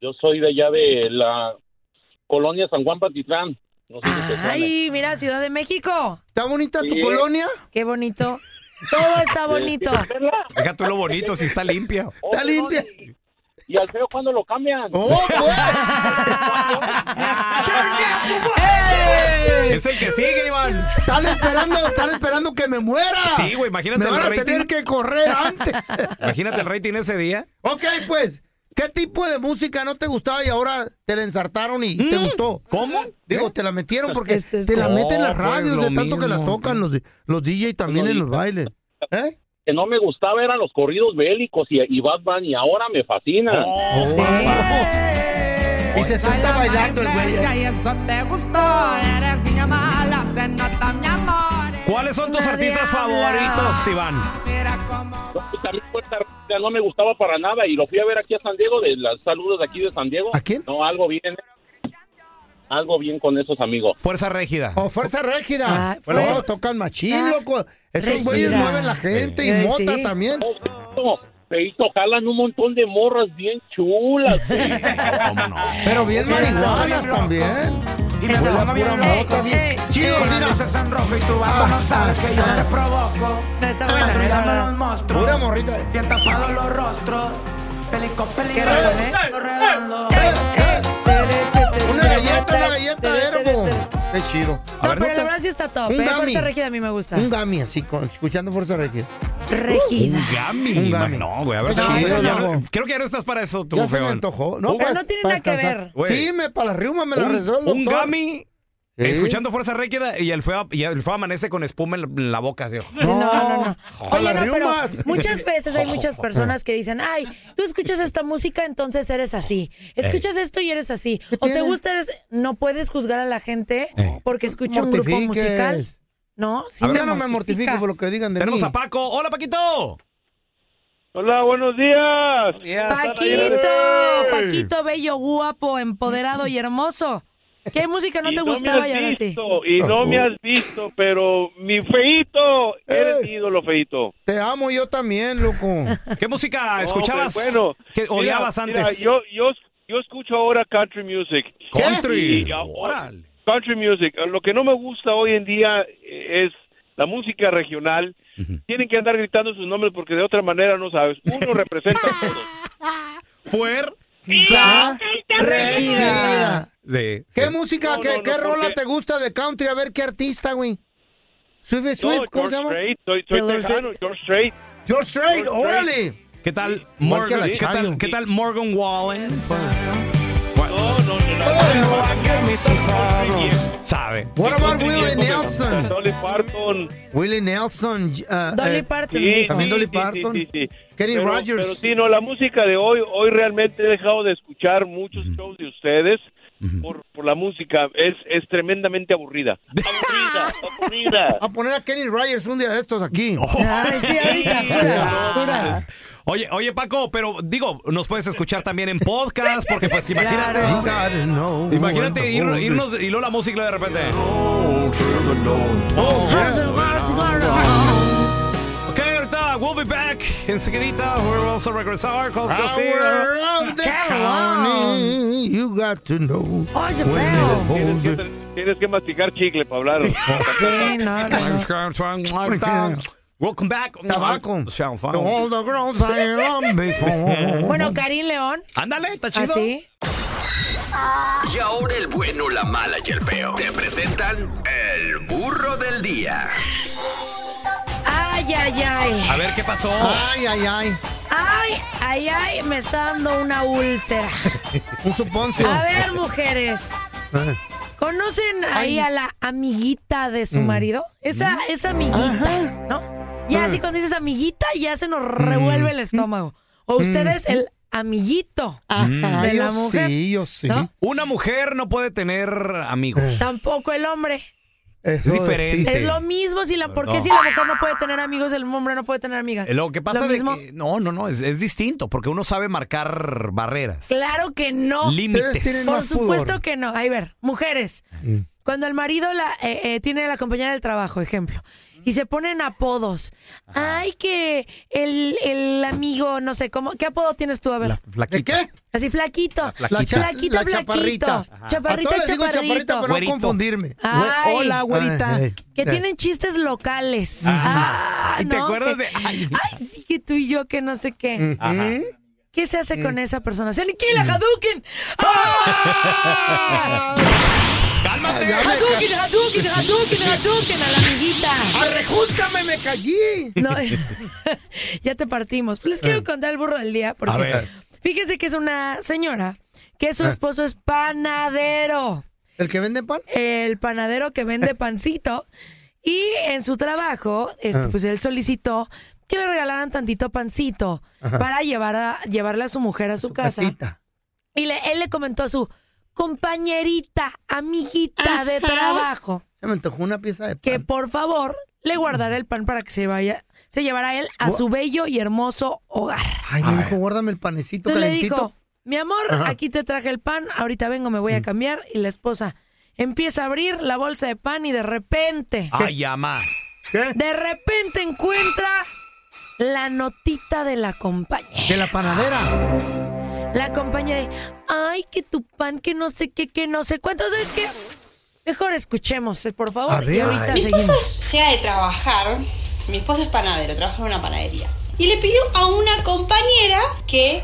[SPEAKER 9] Yo soy de allá de la colonia San Juan Patitlán. No sé si te suena.
[SPEAKER 4] Ay, mira, Ciudad de México.
[SPEAKER 2] ¿Está bonita tu
[SPEAKER 9] Sí.
[SPEAKER 2] colonia?
[SPEAKER 4] Qué bonito. Todo está bonito.
[SPEAKER 1] Deja tú lo bonito, si está limpia.
[SPEAKER 2] ¿Está limpia?
[SPEAKER 9] ¿Y al feo cuándo lo cambian?
[SPEAKER 2] ¡Oh, güey!
[SPEAKER 1] Es el que sigue, Iván.
[SPEAKER 2] Están esperando, están esperando que me muera.
[SPEAKER 1] Sí, güey, imagínate
[SPEAKER 2] Me
[SPEAKER 1] el
[SPEAKER 2] van a
[SPEAKER 1] rating.
[SPEAKER 2] tener que correr antes.
[SPEAKER 1] Imagínate el rating ese día.
[SPEAKER 2] ok, pues. ¿Qué tipo de música no te gustaba y ahora te la ensartaron y
[SPEAKER 10] Mm.
[SPEAKER 2] te gustó?
[SPEAKER 1] ¿Cómo?
[SPEAKER 10] ¿Eh?
[SPEAKER 2] Digo, te la metieron porque
[SPEAKER 4] Este es
[SPEAKER 2] te la
[SPEAKER 1] como-
[SPEAKER 2] meten en
[SPEAKER 1] Oh,
[SPEAKER 2] las
[SPEAKER 1] pues,
[SPEAKER 2] radios
[SPEAKER 1] lo
[SPEAKER 2] de tanto que la
[SPEAKER 1] mismo.
[SPEAKER 2] tocan los, los DJ también en los bailes. ¿Eh?
[SPEAKER 9] Que no me gustaba eran los corridos bélicos y, y Batman, y ahora me fascina.
[SPEAKER 4] Sí.
[SPEAKER 2] Oh, Y se suelta bailando el güey. eh.
[SPEAKER 1] ¿Cuáles son tus
[SPEAKER 4] Nadie
[SPEAKER 1] artistas
[SPEAKER 4] habla.
[SPEAKER 1] favoritos, Iván?
[SPEAKER 9] Y también Puerta Rica no me gustaba para nada y lo fui a ver aquí a San Diego, de las saludos de aquí de San Diego.
[SPEAKER 2] ¿A quién?
[SPEAKER 9] No, algo bien. Algo bien con esos amigos.
[SPEAKER 1] Fuerza Régida.
[SPEAKER 10] Oh,
[SPEAKER 2] O Oh, Fuerza Régida.
[SPEAKER 4] Ah,
[SPEAKER 2] bueno,
[SPEAKER 4] Fuerza
[SPEAKER 2] tocan machín, loco. Esos
[SPEAKER 4] Régida.
[SPEAKER 2] güeyes mueven la gente y
[SPEAKER 4] Eh,
[SPEAKER 2] mota
[SPEAKER 4] sí.
[SPEAKER 2] también.
[SPEAKER 9] No,
[SPEAKER 11] Feito, jalan un montón de morras bien chulas. güey.
[SPEAKER 1] ¿Cómo no?
[SPEAKER 2] Pero bien marihuanas también.
[SPEAKER 10] Y me
[SPEAKER 2] Huele a
[SPEAKER 10] pongo bien
[SPEAKER 2] pura
[SPEAKER 10] loco.
[SPEAKER 2] mota, bien
[SPEAKER 4] Ey, ey.
[SPEAKER 2] chido,
[SPEAKER 10] Con
[SPEAKER 2] mira.
[SPEAKER 10] las luces en rojo y tu vato no sabe que yo te provoco.
[SPEAKER 4] No, está buena, eh, la
[SPEAKER 10] Patrullando
[SPEAKER 4] verdad.
[SPEAKER 10] los monstruos.
[SPEAKER 2] Pura morrita. eh.
[SPEAKER 10] Bien tapados los rostros. Pelico,
[SPEAKER 4] Qué
[SPEAKER 10] pelico.
[SPEAKER 4] razón, ¿eh?
[SPEAKER 10] redondo.
[SPEAKER 2] Eh, eh, Una galleta, una galleta, era como. Ah, Qué chido.
[SPEAKER 1] A
[SPEAKER 4] No,
[SPEAKER 1] ver,
[SPEAKER 4] pero la
[SPEAKER 1] nota.
[SPEAKER 4] verdad sí está top,
[SPEAKER 2] Un
[SPEAKER 4] ¿eh?
[SPEAKER 2] gummy.
[SPEAKER 4] Fuerza Regida a mí me gusta.
[SPEAKER 2] Un gami, así, con- escuchando Fuerza Regida.
[SPEAKER 4] Regida.
[SPEAKER 1] Un Gami.
[SPEAKER 2] Un Gami.
[SPEAKER 1] Ma- No, güey, a ver,
[SPEAKER 2] No,
[SPEAKER 1] sí,
[SPEAKER 2] ese
[SPEAKER 1] ya
[SPEAKER 2] no.
[SPEAKER 1] no- creo que ya no estás para eso, tú,
[SPEAKER 2] Ya se me
[SPEAKER 1] feón.
[SPEAKER 2] antojó.
[SPEAKER 1] Un-
[SPEAKER 2] No, pa-
[SPEAKER 4] no tiene
[SPEAKER 2] pa
[SPEAKER 4] nada que
[SPEAKER 2] descansar.
[SPEAKER 4] ver.
[SPEAKER 1] Güey.
[SPEAKER 2] Sí, me, para las riumas me las
[SPEAKER 1] Un-
[SPEAKER 2] resuelvo.
[SPEAKER 1] un Gami Escuchando Fuerza Réquida y el feo, y el feo amanece con espuma en la- en la boca, así.
[SPEAKER 2] No, no,
[SPEAKER 4] no.
[SPEAKER 2] Para
[SPEAKER 4] Oye,
[SPEAKER 2] las
[SPEAKER 4] no, pero
[SPEAKER 2] riumas.
[SPEAKER 4] muchas veces hay muchas personas que dicen, ay, tú escuchas esta música, entonces eres así. Escuchas esto y eres así.
[SPEAKER 2] ¿Qué
[SPEAKER 4] O te
[SPEAKER 2] tiene? Eh.
[SPEAKER 4] gusta, eres... No puedes juzgar a la gente
[SPEAKER 1] Ey.
[SPEAKER 4] porque escucha un grupo
[SPEAKER 2] Mortifiques.
[SPEAKER 4] musical. No, sí
[SPEAKER 2] Yo no me mortifico por lo que digan de
[SPEAKER 1] Tenemos
[SPEAKER 2] mí.
[SPEAKER 1] a Paco. ¡Hola, Paquito!
[SPEAKER 11] Hola, buenos días.
[SPEAKER 4] Paquito, Paquito bello, guapo, empoderado y hermoso. ¿Qué música no
[SPEAKER 11] Y
[SPEAKER 4] te gustaba
[SPEAKER 11] me
[SPEAKER 4] y
[SPEAKER 11] has
[SPEAKER 4] ahora sí?
[SPEAKER 11] visto, Y no me has visto, pero mi feito, eres
[SPEAKER 2] Ey.
[SPEAKER 11] ídolo, feito.
[SPEAKER 2] Te amo yo también, loco.
[SPEAKER 1] ¿Qué música
[SPEAKER 11] No,
[SPEAKER 1] escuchabas?
[SPEAKER 11] pues, bueno,
[SPEAKER 1] que
[SPEAKER 11] mira,
[SPEAKER 1] odiabas
[SPEAKER 11] mira,
[SPEAKER 1] antes.
[SPEAKER 11] yo, yo, yo escucho ahora country music.
[SPEAKER 1] Country.
[SPEAKER 11] Y ahora-
[SPEAKER 1] Órale.
[SPEAKER 11] Country music. Lo que no me gusta hoy en día eh, es la música regional. Tienen que andar gritando sus nombres porque de otra manera no sabes. Uno representa a todos.
[SPEAKER 1] Fuer.
[SPEAKER 2] Sa-
[SPEAKER 4] Regida.
[SPEAKER 2] Regida.
[SPEAKER 1] De.
[SPEAKER 2] ¿ah? ¿Qué música,
[SPEAKER 11] No,
[SPEAKER 2] qué,
[SPEAKER 11] no,
[SPEAKER 2] qué
[SPEAKER 11] no,
[SPEAKER 2] rola
[SPEAKER 11] porque-
[SPEAKER 2] te gusta de country? A ver, ¿qué artista, güey? Swift,
[SPEAKER 11] No,
[SPEAKER 2] Swift, ¿cómo
[SPEAKER 11] George
[SPEAKER 2] se llama?
[SPEAKER 11] Strait, soy, soy
[SPEAKER 4] Taylor
[SPEAKER 11] tejano,
[SPEAKER 4] Swift.
[SPEAKER 11] George Strait.
[SPEAKER 2] George Strait,
[SPEAKER 11] George
[SPEAKER 2] órale.
[SPEAKER 1] ¿Qué tal
[SPEAKER 2] Igual que
[SPEAKER 1] Morgan?
[SPEAKER 2] la
[SPEAKER 1] ¿Qué tal,
[SPEAKER 2] Chayo.
[SPEAKER 1] qué tal Morgan Wallen?
[SPEAKER 11] No, no, no, no.
[SPEAKER 1] Sabe.
[SPEAKER 2] What about Willie
[SPEAKER 11] no.
[SPEAKER 2] Nelson?
[SPEAKER 11] Dolly Parton.
[SPEAKER 2] Willie Nelson. uh,
[SPEAKER 4] Dolly
[SPEAKER 2] eh,
[SPEAKER 4] Parton.
[SPEAKER 11] Ah, Sí,
[SPEAKER 4] dijo.
[SPEAKER 2] También Dolly
[SPEAKER 11] sí, sí,
[SPEAKER 2] Parton.
[SPEAKER 11] sí, sí, sí.
[SPEAKER 2] Kenny
[SPEAKER 11] pero,
[SPEAKER 2] Rogers.
[SPEAKER 11] Pero sí, no, la música de hoy, hoy realmente he dejado de escuchar muchos shows de ustedes por, por la música. Es, es tremendamente aburrida.
[SPEAKER 4] Ah.
[SPEAKER 11] Aburrida, aburrida.
[SPEAKER 2] a poner a Kenny Rogers un día de estos aquí.
[SPEAKER 4] Ay, sí, ahorita, juras, juras.
[SPEAKER 1] Oye, oye, Paco, pero digo, nos puedes escuchar también en podcast, porque pues imagínate.
[SPEAKER 2] You gotta know.
[SPEAKER 1] Imagínate ir- irnos y luego la música y luego de repente. Oh, Ok, ahorita we'll be back. Enseguidita, we're also regresar con
[SPEAKER 6] Ah,
[SPEAKER 1] Cosir.
[SPEAKER 4] Oh,
[SPEAKER 2] Power of the
[SPEAKER 4] Come
[SPEAKER 2] county, you got to know.
[SPEAKER 4] Oye, Oh,
[SPEAKER 2] when
[SPEAKER 4] feo.
[SPEAKER 2] to
[SPEAKER 11] Tienes
[SPEAKER 2] hold
[SPEAKER 11] que,
[SPEAKER 2] it.
[SPEAKER 11] tienes que masticar chicle para hablar.
[SPEAKER 4] Sí, no, no, no.
[SPEAKER 1] Welcome back.
[SPEAKER 2] Tabaco.
[SPEAKER 1] Sound
[SPEAKER 2] To
[SPEAKER 1] fun.
[SPEAKER 2] all the girls I love before.
[SPEAKER 4] Bueno, Karim León, ¿Ah,
[SPEAKER 1] Ándale, está chido.
[SPEAKER 4] así.
[SPEAKER 6] Y ahora el bueno, la mala y el feo. Te presentan el burro del día.
[SPEAKER 4] Ay, ay, ay.
[SPEAKER 1] A ver qué pasó.
[SPEAKER 2] Ay, ay, ay.
[SPEAKER 4] Ay, ay, ay, me está dando una úlcera.
[SPEAKER 2] Un suponcio.
[SPEAKER 4] A ver, mujeres.
[SPEAKER 2] Eh.
[SPEAKER 4] ¿Conocen ahí a la amiguita de su marido? Esa, esa amiguita, ¿no? Ya así cuando dices amiguita, ya se nos revuelve el estómago. O ustedes, el amiguito de
[SPEAKER 1] Mm.
[SPEAKER 2] Ay,
[SPEAKER 4] la
[SPEAKER 2] Ah, yo
[SPEAKER 4] mujer.
[SPEAKER 2] Sí, yo sí.
[SPEAKER 4] ¿no?
[SPEAKER 1] Una mujer no puede tener amigos.
[SPEAKER 4] Tampoco el hombre.
[SPEAKER 2] Eso de
[SPEAKER 1] Mm. diferente.
[SPEAKER 2] ti.
[SPEAKER 4] Es lo mismo si la, ¿por qué si la mujer no puede tener amigos, el hombre no puede tener amigas?
[SPEAKER 1] Eh, Lo que pasa
[SPEAKER 4] Lo
[SPEAKER 1] de
[SPEAKER 4] mismo.
[SPEAKER 1] que- no, no, no, es, es distinto porque uno sabe marcar barreras,
[SPEAKER 4] Claro que no.
[SPEAKER 1] límites.
[SPEAKER 2] Ustedes tienen
[SPEAKER 4] Por
[SPEAKER 2] más
[SPEAKER 4] supuesto
[SPEAKER 2] pudor. Mm.
[SPEAKER 4] que no. Ay, ver, mujeres. Cuando el marido la, eh, eh, tiene a la compañera del trabajo, ejemplo, y se ponen apodos. Ay, que el, el amigo, no sé, ¿cómo, ¿qué apodo tienes tú? A ver.
[SPEAKER 1] La
[SPEAKER 2] ¿De
[SPEAKER 1] flaquita.
[SPEAKER 2] qué?
[SPEAKER 4] Así, flaquito.
[SPEAKER 2] La cha-
[SPEAKER 4] flaquito,
[SPEAKER 2] la
[SPEAKER 4] flaquito.
[SPEAKER 2] chaparrita.
[SPEAKER 4] Chaparrita,
[SPEAKER 2] A todos les digo
[SPEAKER 4] chaparrito.
[SPEAKER 2] chaparrita para
[SPEAKER 1] Güerito.
[SPEAKER 2] no confundirme.
[SPEAKER 4] Ay.
[SPEAKER 1] Hola, güerita.
[SPEAKER 2] Ay, ay.
[SPEAKER 4] Que
[SPEAKER 2] Eh.
[SPEAKER 4] tienen chistes locales.
[SPEAKER 1] Ajá.
[SPEAKER 4] Ah,
[SPEAKER 1] Ay, ¿te
[SPEAKER 4] ¿no?
[SPEAKER 1] acuerdas
[SPEAKER 4] Que-
[SPEAKER 1] de-
[SPEAKER 4] Ay,
[SPEAKER 1] ay.
[SPEAKER 4] sí, que tú y yo, que no sé qué.
[SPEAKER 1] Ajá.
[SPEAKER 4] ¿Qué se hace con esa persona? ¡Se aniquila, Hadouken! ¡Ah!
[SPEAKER 1] ¡Cálmate!
[SPEAKER 2] Ya me
[SPEAKER 4] ¡Hadouken, Hadouken, Hadouken, Hadouken! ¡A la amiguita!
[SPEAKER 2] ca- ¡Arrejúntame, me callé!
[SPEAKER 4] No, ya te partimos. Pues Les quiero contar el burro del día porque
[SPEAKER 1] A ver.
[SPEAKER 4] fíjense que es una señora que su esposo es panadero.
[SPEAKER 2] Ah. ¿El que vende pan?
[SPEAKER 4] el panadero que vende pancito y en su trabajo, este,
[SPEAKER 2] Ah.
[SPEAKER 4] pues él solicitó que le regalaran tantito pancito para llevar a, llevarle a su mujer a su, casa.
[SPEAKER 2] Casita.
[SPEAKER 4] Y le- él le comentó a su compañerita, amiguita de trabajo,
[SPEAKER 2] Se me antojó una pieza de
[SPEAKER 4] que
[SPEAKER 2] pan.
[SPEAKER 4] por favor le guardara el pan para que se vaya, se llevara él a su bello y hermoso hogar.
[SPEAKER 2] Ay, me dijo, guárdame el panecito
[SPEAKER 4] Entonces le
[SPEAKER 2] calentito.
[SPEAKER 4] dijo, mi amor, aquí te traje el pan, ahorita vengo, me voy
[SPEAKER 2] Mm.
[SPEAKER 4] a cambiar. Y la esposa empieza a abrir la bolsa de pan y de repente,
[SPEAKER 1] ¡Ay, ama!
[SPEAKER 2] ¿Qué?
[SPEAKER 4] de repente encuentra La notita de la compañía.
[SPEAKER 2] De la panadera.
[SPEAKER 4] La compañía de, ay, que tu pan, que no sé qué, que no sé cuánto. ¿Sabes qué? Mejor escuchemos, eh, por favor.
[SPEAKER 2] A
[SPEAKER 4] Y
[SPEAKER 2] ver.
[SPEAKER 4] ahorita
[SPEAKER 2] Mi
[SPEAKER 4] seguimos.
[SPEAKER 12] llega de trabajar, mi esposo es panadero, trabaja en una panadería. Y le pidió a una compañera que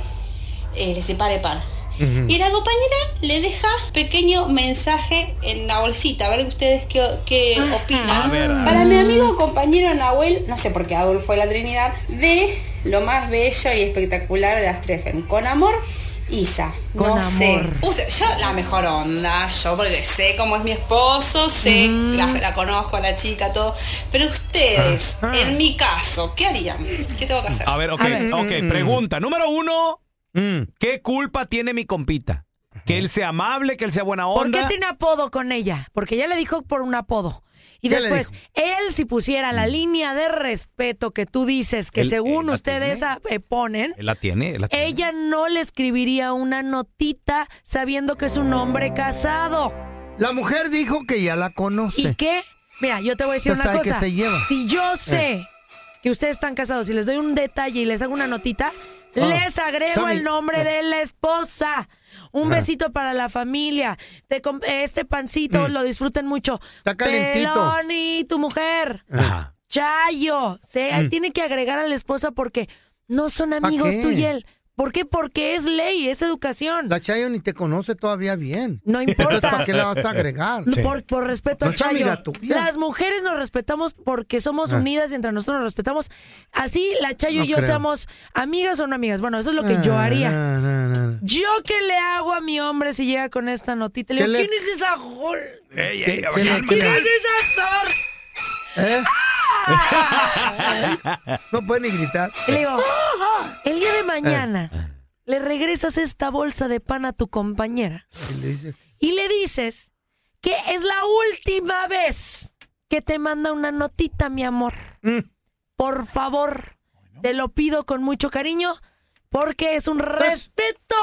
[SPEAKER 12] eh, le separe pan. Y la compañera le deja pequeño mensaje en la bolsita, a ver ustedes qué, qué opinan.
[SPEAKER 13] A ver, a ver.
[SPEAKER 12] Para mi amigo compañero Nahuel, no sé por qué Adolfo de la Trinidad, de lo más bello y espectacular de Astrefen. Con amor, Isa.
[SPEAKER 4] Con
[SPEAKER 12] no sé.
[SPEAKER 4] amor.
[SPEAKER 12] Usted- yo la mejor onda, yo porque sé cómo es mi esposo, sé, la, la conozco a la chica, todo. Pero ustedes, en mi caso, ¿qué harían? ¿Qué tengo que hacer?
[SPEAKER 1] A ver, Mm. ok,
[SPEAKER 12] Mm.
[SPEAKER 1] ok. Pregunta. Número uno. ¿Qué culpa tiene mi compita? Que él sea amable, que él sea buena
[SPEAKER 4] ¿Por
[SPEAKER 1] onda.
[SPEAKER 4] qué tiene apodo con ella? Porque ella le dijo por un apodo. Y
[SPEAKER 1] ¿Qué le Mm.
[SPEAKER 4] después, él si pusiera la línea de respeto que tú dices, que
[SPEAKER 1] Él- él
[SPEAKER 4] según
[SPEAKER 1] la
[SPEAKER 4] ustedes ah, eh, ponen,
[SPEAKER 1] Él la tiene, él la tiene.
[SPEAKER 4] ella no le escribiría una notita sabiendo que es un hombre casado.
[SPEAKER 2] La mujer dijo que ya la conoce.
[SPEAKER 4] ¿Y qué? Mira, yo te voy a decir
[SPEAKER 2] Pues
[SPEAKER 4] una
[SPEAKER 2] sabe
[SPEAKER 4] cosa.
[SPEAKER 2] que se lleva. Eh.
[SPEAKER 4] Si yo sé que ustedes están casados y les doy un detalle y les hago una notita,
[SPEAKER 2] Ah,
[SPEAKER 4] les agrego
[SPEAKER 2] Sammy. eh.
[SPEAKER 4] el nombre de la esposa. Un
[SPEAKER 2] Ah.
[SPEAKER 4] besito para la familia. Te com- este pancito
[SPEAKER 2] Mm.
[SPEAKER 4] lo disfruten mucho.
[SPEAKER 2] Está calentito.
[SPEAKER 4] Pelón y tu mujer.
[SPEAKER 1] Ajá.
[SPEAKER 4] Chayo. Se
[SPEAKER 2] Mm.
[SPEAKER 4] tiene que agregar a la esposa porque no son
[SPEAKER 2] ¿Pa
[SPEAKER 4] amigos
[SPEAKER 2] qué?
[SPEAKER 4] tú y él. ¿Por qué? Porque es ley, es educación.
[SPEAKER 2] La Chayo ni te conoce todavía bien.
[SPEAKER 4] No importa.
[SPEAKER 2] Entonces, ¿para qué la vas a agregar?
[SPEAKER 4] No, Por, por respeto
[SPEAKER 2] No
[SPEAKER 4] al
[SPEAKER 2] es
[SPEAKER 4] Chayo.
[SPEAKER 2] amiga tuya.
[SPEAKER 4] Las mujeres nos respetamos porque somos
[SPEAKER 2] Ah.
[SPEAKER 4] unidas y entre nosotros nos respetamos. Así la Chayo
[SPEAKER 2] No
[SPEAKER 4] y yo
[SPEAKER 2] creo.
[SPEAKER 4] seamos amigas o no amigas. Bueno, eso es lo que yo haría.
[SPEAKER 2] Ah, no, no, no.
[SPEAKER 4] Yo qué le hago a mi hombre si llega con esta notita. Le
[SPEAKER 2] ¿Qué
[SPEAKER 4] digo,
[SPEAKER 2] le-
[SPEAKER 4] ¿quién es esa gol?
[SPEAKER 1] Ey, ey,
[SPEAKER 2] ¿Qué le- qué
[SPEAKER 4] ¿Quién
[SPEAKER 2] le-
[SPEAKER 4] es esa zor?
[SPEAKER 2] ¿Eh? no puede ni gritar. Ah,
[SPEAKER 4] Y le digo, el día de mañana le regresas esta bolsa de pan a tu compañera
[SPEAKER 2] Y le dice,
[SPEAKER 4] y le dices que es la última vez que te manda una notita, mi amor.
[SPEAKER 2] Mm.
[SPEAKER 4] Por favor, te lo pido con mucho cariño porque es un respeto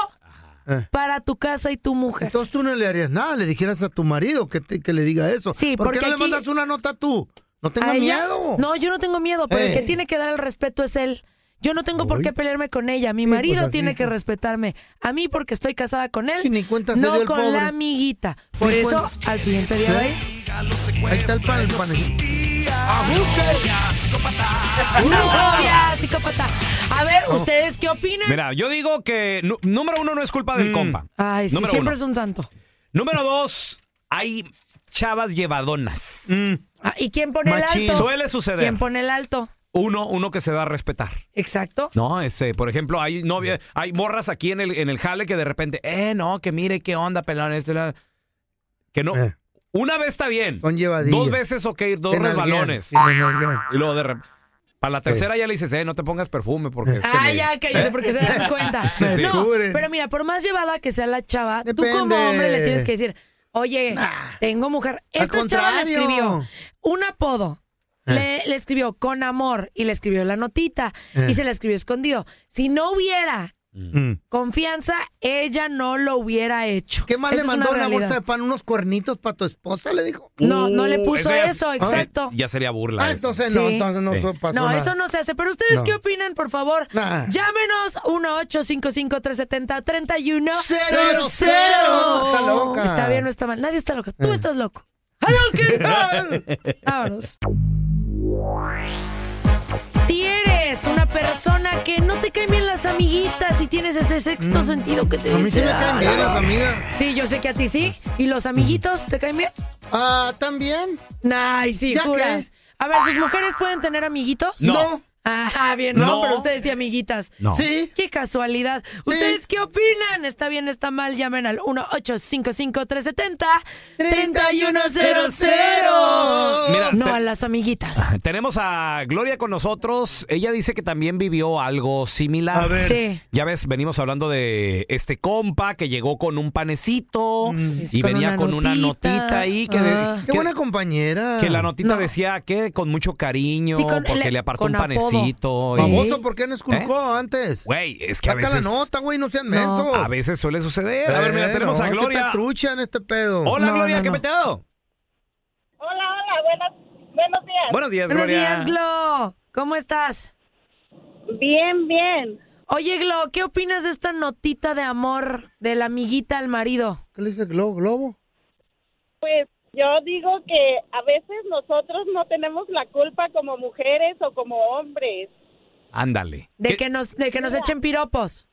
[SPEAKER 2] Pues. eh.
[SPEAKER 4] para tu casa y tu mujer.
[SPEAKER 2] Entonces tú no le harías nada, le dijeras a tu marido que, te- que le diga eso.
[SPEAKER 4] Sí,
[SPEAKER 2] ¿Por qué
[SPEAKER 4] porque
[SPEAKER 2] no
[SPEAKER 4] aquí-
[SPEAKER 2] le mandas una nota tú? No
[SPEAKER 4] ¿A
[SPEAKER 2] tengas
[SPEAKER 4] ella?
[SPEAKER 2] miedo.
[SPEAKER 4] No, yo no tengo miedo, pero el
[SPEAKER 2] Eh.
[SPEAKER 4] que tiene que dar el respeto es él. Yo no tengo por qué pelearme con ella. Mi
[SPEAKER 2] Sí,
[SPEAKER 4] marido
[SPEAKER 2] pues así
[SPEAKER 4] tiene
[SPEAKER 2] es.
[SPEAKER 4] que respetarme. A mí porque estoy casada con él.
[SPEAKER 2] Sí, ni cuenta se
[SPEAKER 4] no
[SPEAKER 2] dio el
[SPEAKER 4] con
[SPEAKER 2] pobre.
[SPEAKER 4] la amiguita. Por
[SPEAKER 2] Ni
[SPEAKER 4] eso,
[SPEAKER 2] cuenta.
[SPEAKER 4] al siguiente día,
[SPEAKER 2] ¿Eh?
[SPEAKER 4] ¿ve?
[SPEAKER 2] Ahí está el pan, el pan.
[SPEAKER 4] Novia, psicópata. A ver, ¿ustedes qué opinan?
[SPEAKER 1] Oh. Mira, yo digo que nu- número uno no es culpa
[SPEAKER 2] Mm.
[SPEAKER 1] del compa.
[SPEAKER 4] Ay, sí,
[SPEAKER 1] número
[SPEAKER 4] siempre
[SPEAKER 1] uno.
[SPEAKER 4] es un santo.
[SPEAKER 1] Número dos, hay chavas llevadonas.
[SPEAKER 2] Mm.
[SPEAKER 4] Ah, ¿Y quién pone
[SPEAKER 1] Machín.
[SPEAKER 4] el alto?
[SPEAKER 1] Suele suceder.
[SPEAKER 4] ¿Quién pone el alto?
[SPEAKER 1] Uno, uno que se da a respetar.
[SPEAKER 4] Exacto.
[SPEAKER 1] No, ese, por ejemplo, hay
[SPEAKER 2] Mm.
[SPEAKER 1] novia, hay morras aquí en el, en el jale que de repente, eh, no, que mire qué onda, pelón, este, la- que no.
[SPEAKER 2] Eh.
[SPEAKER 1] Una vez está bien.
[SPEAKER 2] Son llevadillas.
[SPEAKER 1] Dos veces, ok, dos
[SPEAKER 2] Te nalguean,
[SPEAKER 1] resbalones.
[SPEAKER 2] sí, te nalguean.
[SPEAKER 1] Y luego de repente. Para la tercera ya le dices, eh, no te pongas perfume porque. es que
[SPEAKER 4] Ah,
[SPEAKER 1] me-
[SPEAKER 4] ya, cállese, porque se dan cuenta.
[SPEAKER 1] Me
[SPEAKER 4] No,
[SPEAKER 2] descubren.
[SPEAKER 4] pero mira, por más llevada que sea la chava, tú como
[SPEAKER 2] Depende.
[SPEAKER 4] hombre le tienes que decir, oye, tengo mujer.
[SPEAKER 2] Al
[SPEAKER 4] Esta chava le
[SPEAKER 2] contrario.
[SPEAKER 4] escribió un apodo.
[SPEAKER 2] Eh.
[SPEAKER 4] Le, le escribió con amor y le escribió la notita
[SPEAKER 2] Eh.
[SPEAKER 4] y se la escribió escondido. Si no hubiera
[SPEAKER 2] Mm.
[SPEAKER 4] confianza, ella no lo hubiera hecho.
[SPEAKER 2] ¿Qué más
[SPEAKER 4] Esa
[SPEAKER 2] le
[SPEAKER 4] es una
[SPEAKER 2] mandó una,
[SPEAKER 4] realidad.
[SPEAKER 2] bolsa de pan? ¿Unos cuernitos para tu esposa? Le dijo.
[SPEAKER 4] No, no le
[SPEAKER 1] Uh,
[SPEAKER 4] puso
[SPEAKER 1] ya-
[SPEAKER 4] eso, exacto.
[SPEAKER 1] Ya sería burla.
[SPEAKER 2] Ah,
[SPEAKER 1] eso.
[SPEAKER 2] entonces no,
[SPEAKER 4] Sí.
[SPEAKER 2] entonces no
[SPEAKER 1] Sí.
[SPEAKER 2] fue- pasó
[SPEAKER 4] No,
[SPEAKER 2] nada.
[SPEAKER 4] eso no se hace. Pero ustedes,
[SPEAKER 2] No. Ah.
[SPEAKER 4] ¿qué opinan, por favor?
[SPEAKER 2] Nah.
[SPEAKER 4] Llámenos 1-855-370-3100.
[SPEAKER 2] Cero, cero. Está loca.
[SPEAKER 4] Está bien, no está mal. Nadie está loca. Tú estás loco. ¡Hello, Kitty! Vámonos. Si eres una persona que no te caen bien las amiguitas y tienes ese sexto sentido que te
[SPEAKER 2] Mm. A mí
[SPEAKER 4] dice,
[SPEAKER 2] sí me
[SPEAKER 4] "Ah,
[SPEAKER 2] caen bien las amigas.
[SPEAKER 4] Sí, yo sé que a ti sí. ¿Y los amiguitos te caen bien?
[SPEAKER 2] Ah, ¿también?
[SPEAKER 4] Ay, sí,
[SPEAKER 2] ¿Ya
[SPEAKER 4] juras. A ver, ¿sus mujeres pueden tener amiguitos?
[SPEAKER 1] No.
[SPEAKER 4] Ajá, bien, no,
[SPEAKER 1] No.
[SPEAKER 4] pero ustedes sí, amiguitas.
[SPEAKER 1] No.
[SPEAKER 2] Sí.
[SPEAKER 4] Qué casualidad. ¿Ustedes qué opinan? ¿Está bien, está mal? Llamen al 1-855-370-3100.
[SPEAKER 1] Mira,
[SPEAKER 4] no
[SPEAKER 1] te-
[SPEAKER 4] a las amiguitas.
[SPEAKER 1] Tenemos a Gloria con nosotros. Ella dice que también vivió algo similar.
[SPEAKER 2] A ver.
[SPEAKER 4] Sí.
[SPEAKER 1] Ya ves, venimos hablando de este compa que llegó con un panecito
[SPEAKER 4] Es
[SPEAKER 1] eh, y
[SPEAKER 4] con
[SPEAKER 1] venía
[SPEAKER 4] una
[SPEAKER 1] con una
[SPEAKER 4] notita.
[SPEAKER 1] notita ahí que,
[SPEAKER 4] Ah.
[SPEAKER 2] Mm. Qué
[SPEAKER 1] que-
[SPEAKER 2] buena compañera.
[SPEAKER 1] que la notita
[SPEAKER 4] No.
[SPEAKER 1] decía que con mucho cariño,
[SPEAKER 4] Sí, con-
[SPEAKER 1] porque
[SPEAKER 4] le-
[SPEAKER 1] le apartó
[SPEAKER 4] con
[SPEAKER 1] un
[SPEAKER 4] apodo.
[SPEAKER 1] panecito. y- ¿Eh?
[SPEAKER 2] Famoso, ¿por qué no esculcó antes?
[SPEAKER 1] Güey, es que a
[SPEAKER 2] Saca la
[SPEAKER 1] veces,
[SPEAKER 2] nota, güey, no sean mensos.
[SPEAKER 1] a veces suele suceder. A ver, mira,
[SPEAKER 2] Eh,
[SPEAKER 1] tenemos
[SPEAKER 2] no,
[SPEAKER 1] a
[SPEAKER 2] es que
[SPEAKER 1] Gloria.
[SPEAKER 2] Está trucha en este pedo.
[SPEAKER 1] Hola,
[SPEAKER 4] No,
[SPEAKER 1] Gloria,
[SPEAKER 4] no,
[SPEAKER 1] ¿qué
[SPEAKER 4] no.
[SPEAKER 1] peteo?
[SPEAKER 9] Hola, hola, buenos, buenos días.
[SPEAKER 1] Buenos días,
[SPEAKER 4] Buenos
[SPEAKER 1] Gloria.
[SPEAKER 4] días, Glo. ¿Cómo estás?
[SPEAKER 13] Bien, bien.
[SPEAKER 4] Oye, Glo, ¿qué opinas de esta notita de amor de la amiguita al marido?
[SPEAKER 9] ¿Qué le dice Globo? Globo?
[SPEAKER 13] Pues yo digo que a veces nosotros no tenemos la culpa como mujeres o como hombres.
[SPEAKER 1] Ándale.
[SPEAKER 4] De que nos, de que nos echen piropos.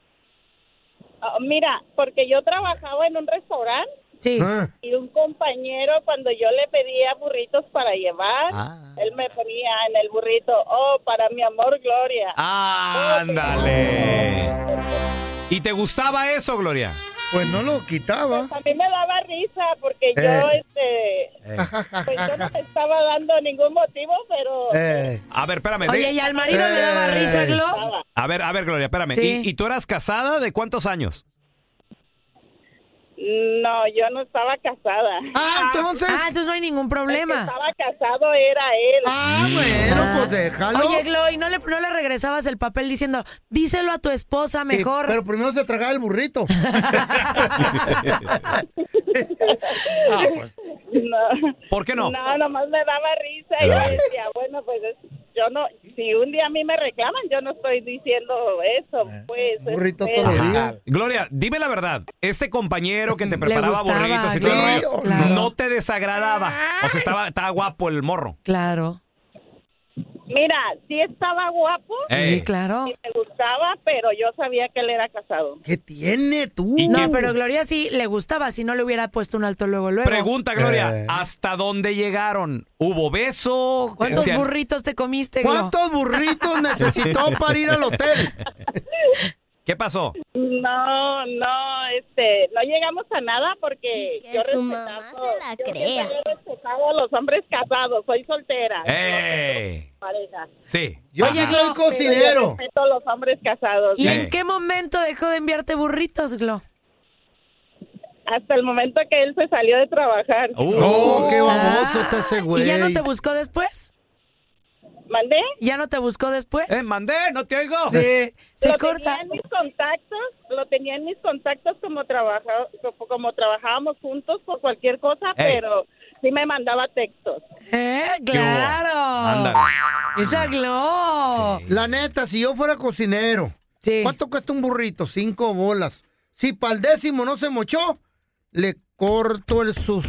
[SPEAKER 13] Ah, mira, porque yo trabajaba en un restaurante.
[SPEAKER 4] Sí.
[SPEAKER 13] Y un compañero, cuando yo le pedía burritos para llevar,
[SPEAKER 1] Ah.
[SPEAKER 13] él me ponía en el burrito, oh, para mi amor, Gloria.
[SPEAKER 1] Ah. Ándale. ¿Y te gustaba eso, Gloria?
[SPEAKER 9] Pues no lo quitaba.
[SPEAKER 13] Pues a mí me daba risa porque yo,
[SPEAKER 1] Eh.
[SPEAKER 13] este, pues yo no le estaba dando ningún motivo, pero
[SPEAKER 1] Eh.
[SPEAKER 9] Eh.
[SPEAKER 1] A ver, espérame.
[SPEAKER 13] Oye,
[SPEAKER 1] de-
[SPEAKER 13] ¿y al marido le daba risa, Glo?
[SPEAKER 1] A ver, a ver, Gloria, espérame.
[SPEAKER 13] Sí.
[SPEAKER 1] ¿Y, y tú eras casada de cuántos años?
[SPEAKER 13] no, yo no estaba casada.
[SPEAKER 9] Ah, entonces.
[SPEAKER 4] Ah, entonces no hay ningún problema.
[SPEAKER 13] El que estaba casado era él.
[SPEAKER 9] Ah, bueno, pues déjalo.
[SPEAKER 4] Oye, Glo, ¿y no le, no le regresabas el papel diciendo, díselo a tu esposa
[SPEAKER 9] Sí,
[SPEAKER 4] mejor?
[SPEAKER 9] pero primero se tragaba el burrito.
[SPEAKER 13] No.
[SPEAKER 1] Ah, pues. ¿Por qué no?
[SPEAKER 13] No, nomás me daba risa y yo decía, bueno, pues es- yo no, si un día a mí me reclaman, yo no estoy diciendo eso, pues. este,
[SPEAKER 1] Eh. Ajá. Gloria, dime la verdad. Este compañero que te preparaba
[SPEAKER 4] gustaba,
[SPEAKER 1] burritos y todo el
[SPEAKER 4] claro,
[SPEAKER 1] rollo,
[SPEAKER 4] claro.
[SPEAKER 1] no te desagradaba. O sea, estaba, estaba guapo el morro.
[SPEAKER 4] Claro.
[SPEAKER 13] Mira, sí estaba guapo.
[SPEAKER 1] Ey.
[SPEAKER 4] claro.
[SPEAKER 13] Y me gustaba, pero yo sabía que él era casado.
[SPEAKER 9] ¿Qué tiene tú?
[SPEAKER 4] No, pero Gloria sí le gustaba, si no le hubiera puesto un alto luego, luego.
[SPEAKER 1] Pregunta,
[SPEAKER 9] Eh,
[SPEAKER 1] Gloria, ¿hasta dónde llegaron? ¿Hubo beso?
[SPEAKER 4] ¿Cuántos
[SPEAKER 1] O sea,
[SPEAKER 4] burritos te comiste, Glo?
[SPEAKER 9] ¿Cuántos burritos necesitó para ir al hotel?
[SPEAKER 1] ¿Qué pasó?
[SPEAKER 13] No, no, este, no llegamos a nada porque yo
[SPEAKER 3] su
[SPEAKER 13] respetaba, yo siempre
[SPEAKER 3] crea.
[SPEAKER 13] he respetado a los hombres casados, soy soltera.
[SPEAKER 1] Eh. ¡Ey!
[SPEAKER 13] Pareja.
[SPEAKER 1] Sí.
[SPEAKER 9] Yo
[SPEAKER 1] Ajá.
[SPEAKER 9] ya soy
[SPEAKER 13] Pero yo
[SPEAKER 9] cocinero.
[SPEAKER 13] respeto a los hombres casados.
[SPEAKER 4] ¿Y
[SPEAKER 1] Sí.
[SPEAKER 4] en qué momento dejó de enviarte burritos, Glo?
[SPEAKER 13] Hasta el momento que él se salió de trabajar.
[SPEAKER 1] Uh.
[SPEAKER 9] Oh, qué baboso está ese
[SPEAKER 4] Ah. ¿Y
[SPEAKER 9] güey.
[SPEAKER 4] ya no te buscó después?
[SPEAKER 13] ¿Mandé?
[SPEAKER 4] ¿Ya no te buscó después?
[SPEAKER 1] Eh, mandé, no te oigo.
[SPEAKER 4] pues? Sí, se
[SPEAKER 13] lo
[SPEAKER 4] corta.
[SPEAKER 13] tenía en mis contactos, lo tenía en mis contactos como trabaja, como, como trabajábamos juntos por cualquier cosa,
[SPEAKER 4] Ey.
[SPEAKER 13] pero sí me mandaba textos.
[SPEAKER 4] ¿Eh? ¡Claro!
[SPEAKER 9] Ándale.
[SPEAKER 4] ¡Esa Glo!
[SPEAKER 9] La neta, si yo fuera cocinero, ¿cuánto cuesta un burrito? Cinco bolas. Si para el décimo no se mochó, le corto el sus.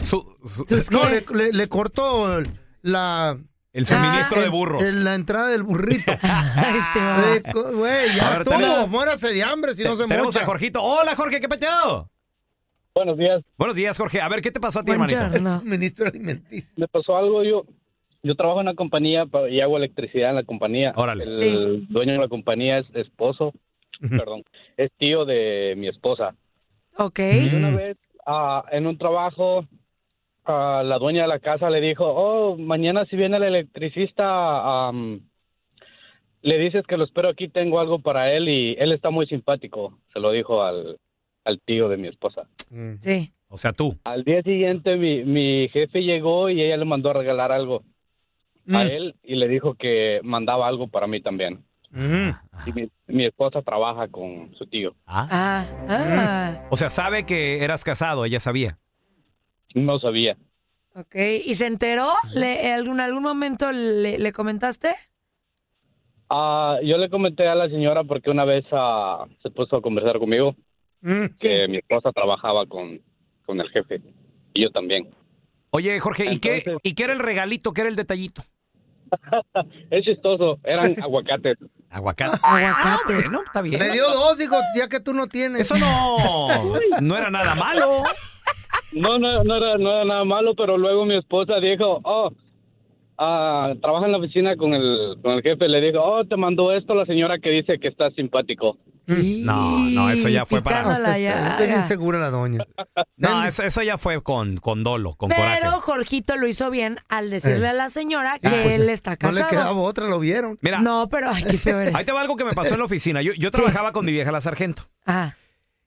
[SPEAKER 1] ¿Sus
[SPEAKER 9] no, le,
[SPEAKER 1] qué?
[SPEAKER 9] le- le corto el- la.
[SPEAKER 1] El suministro
[SPEAKER 9] Ah,
[SPEAKER 1] de burro.
[SPEAKER 9] el- la entrada del burrito. Le co- Güey,
[SPEAKER 1] A
[SPEAKER 9] ya
[SPEAKER 1] ver,
[SPEAKER 9] tú,
[SPEAKER 1] tenemos-
[SPEAKER 9] muérase de hambre si no se
[SPEAKER 1] Tenemos
[SPEAKER 9] mocha.
[SPEAKER 1] a Jorgito. Hola, Jorge, ¿qué pateado?
[SPEAKER 14] Buenos días.
[SPEAKER 1] Buenos días, Jorge. A ver, ¿qué te pasó a ti, hermanita?
[SPEAKER 9] Ministro alimenticio.
[SPEAKER 14] Me pasó algo, yo yo trabajo en una compañía pa- y hago electricidad en la compañía. El
[SPEAKER 9] Sí.
[SPEAKER 14] dueño de la compañía es esposo, perdón, es tío de mi esposa.
[SPEAKER 4] Ok.
[SPEAKER 1] Mm.
[SPEAKER 14] Ah, en un trabajo, ah, la dueña de la casa le dijo, oh, mañana si viene el electricista, am, le dices que lo espero aquí, tengo algo para él y él está muy simpático, se lo dijo al, al tío de mi esposa.
[SPEAKER 9] mm.
[SPEAKER 4] Sí.
[SPEAKER 1] O sea, tú.
[SPEAKER 14] Al día siguiente mi, mi jefe llegó y ella le mandó a regalar algo a
[SPEAKER 9] Mm.
[SPEAKER 14] él y le dijo que mandaba algo para mí también.
[SPEAKER 1] Mm.
[SPEAKER 14] Y mi, mi esposa trabaja con su tío.
[SPEAKER 4] Ah, ah.
[SPEAKER 1] O sea, sabe que eras casado, ella sabía.
[SPEAKER 14] No sabía.
[SPEAKER 4] Ok. ¿Y se enteró? ¿Le, en algún- algún momento le, le comentaste?
[SPEAKER 14] Ah, yo le comenté a la señora porque una vez ah, se puso a conversar conmigo que mi esposa trabajaba con, con el jefe y yo también.
[SPEAKER 1] Oye, Jorge, ¿y qué, ¿y qué era el regalito? ¿Qué era el detallito?
[SPEAKER 14] Es chistoso, eran aguacates.
[SPEAKER 1] Aguacate.
[SPEAKER 4] Aguacates.
[SPEAKER 1] Ah, bueno, está bien.
[SPEAKER 9] Me dio dos, hijo, ya que tú no tienes.
[SPEAKER 1] Eso no. No era nada malo.
[SPEAKER 14] No, no, no era, no era nada malo, pero luego mi esposa dijo, oh, ah, trabaja en la oficina con el, con el jefe, le dijo, oh, te mandó esto la señora que dice que está simpático.
[SPEAKER 1] No, no, eso ya fue para.
[SPEAKER 4] Picándola
[SPEAKER 9] Está- está- está bien segura la doña.
[SPEAKER 1] No, eso, eso ya fue con, con dolo, con
[SPEAKER 4] Pero
[SPEAKER 1] coraje.
[SPEAKER 4] Jorgito lo hizo bien al decirle
[SPEAKER 1] Eh.
[SPEAKER 4] a la señora que
[SPEAKER 1] Ah, pues,
[SPEAKER 4] él está
[SPEAKER 1] no
[SPEAKER 4] casado.
[SPEAKER 1] le quedaba
[SPEAKER 9] otra, lo vieron.
[SPEAKER 1] Mira.
[SPEAKER 4] No, pero ay, qué feo eres.
[SPEAKER 1] Ahí te va algo que me pasó en la oficina. Yo, yo trabajaba con mi vieja la sargento.
[SPEAKER 4] Ah.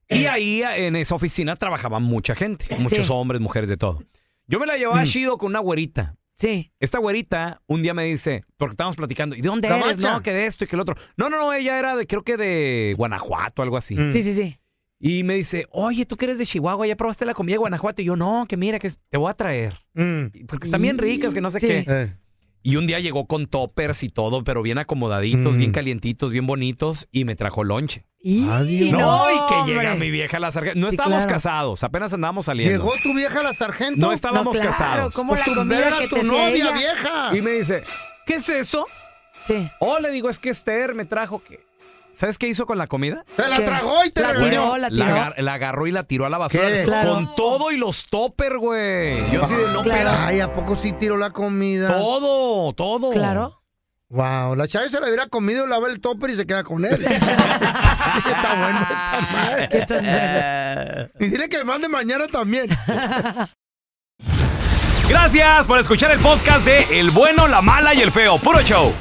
[SPEAKER 1] Y ahí en esa oficina trabajaba mucha gente, muchos
[SPEAKER 4] Sí. Mm.
[SPEAKER 1] hombres, mujeres, de todo. Yo me la llevaba chido con una güerita.
[SPEAKER 4] Sí.
[SPEAKER 1] Esta güerita un día me dice, porque estábamos platicando, ¿y de dónde
[SPEAKER 4] La
[SPEAKER 1] eres?
[SPEAKER 4] macha.
[SPEAKER 1] No, que de esto y que el otro. No, no, no, ella era de, creo que de Guanajuato, algo así.
[SPEAKER 4] Mm. Sí, sí, sí.
[SPEAKER 1] Y me dice, oye, tú que eres de Chihuahua, ya probaste la
[SPEAKER 2] Mm.
[SPEAKER 1] comida de Guanajuato. Y yo, no, que mira, que te voy a traer. Porque están bien ricas, que no sé
[SPEAKER 2] Eh.
[SPEAKER 9] Sí.
[SPEAKER 1] qué. Y un día llegó con toppers y todo, pero bien acomodaditos,
[SPEAKER 2] Mm.
[SPEAKER 1] bien calientitos, bien bonitos, y me trajo lonche.
[SPEAKER 2] Adiós.
[SPEAKER 1] No,
[SPEAKER 2] No,
[SPEAKER 1] y que
[SPEAKER 2] hombre.
[SPEAKER 1] llega mi vieja a la sargento. No
[SPEAKER 2] Sí,
[SPEAKER 1] estábamos
[SPEAKER 2] claro.
[SPEAKER 1] casados, apenas andábamos saliendo.
[SPEAKER 2] Llegó tu vieja la sargento.
[SPEAKER 1] No estábamos No, claro, casados. ¿cómo
[SPEAKER 2] Pues
[SPEAKER 1] la
[SPEAKER 2] tu
[SPEAKER 1] comida
[SPEAKER 2] vera,
[SPEAKER 1] que
[SPEAKER 2] tu
[SPEAKER 1] te hacía
[SPEAKER 2] novia
[SPEAKER 1] ella?
[SPEAKER 2] vieja.
[SPEAKER 1] Y me dice, ¿qué es eso?
[SPEAKER 15] Sí.
[SPEAKER 1] Oh, le digo, es que Esther me trajo que. ¿Sabes qué hizo con la comida?
[SPEAKER 2] Te la ¿Qué? tragó y te La la tiró, tiró. la tiró.
[SPEAKER 1] agar- la agarró y la tiró a la basura.
[SPEAKER 2] ¿Qué? Claro.
[SPEAKER 1] Con todo y los topper, güey. Yo así de no,
[SPEAKER 2] Claro.
[SPEAKER 1] espera.
[SPEAKER 2] Ay, ¿a poco sí tiró la comida?
[SPEAKER 1] Todo, todo.
[SPEAKER 2] Claro. Wow, la Chávez se la hubiera comido, lava el topper y se queda con él. está bueno, está mal.
[SPEAKER 1] ¿Qué tan eres?
[SPEAKER 2] y dile que mande mañana también.
[SPEAKER 1] Gracias por escuchar el podcast de El Bueno, la Mala y el Feo. Puro show.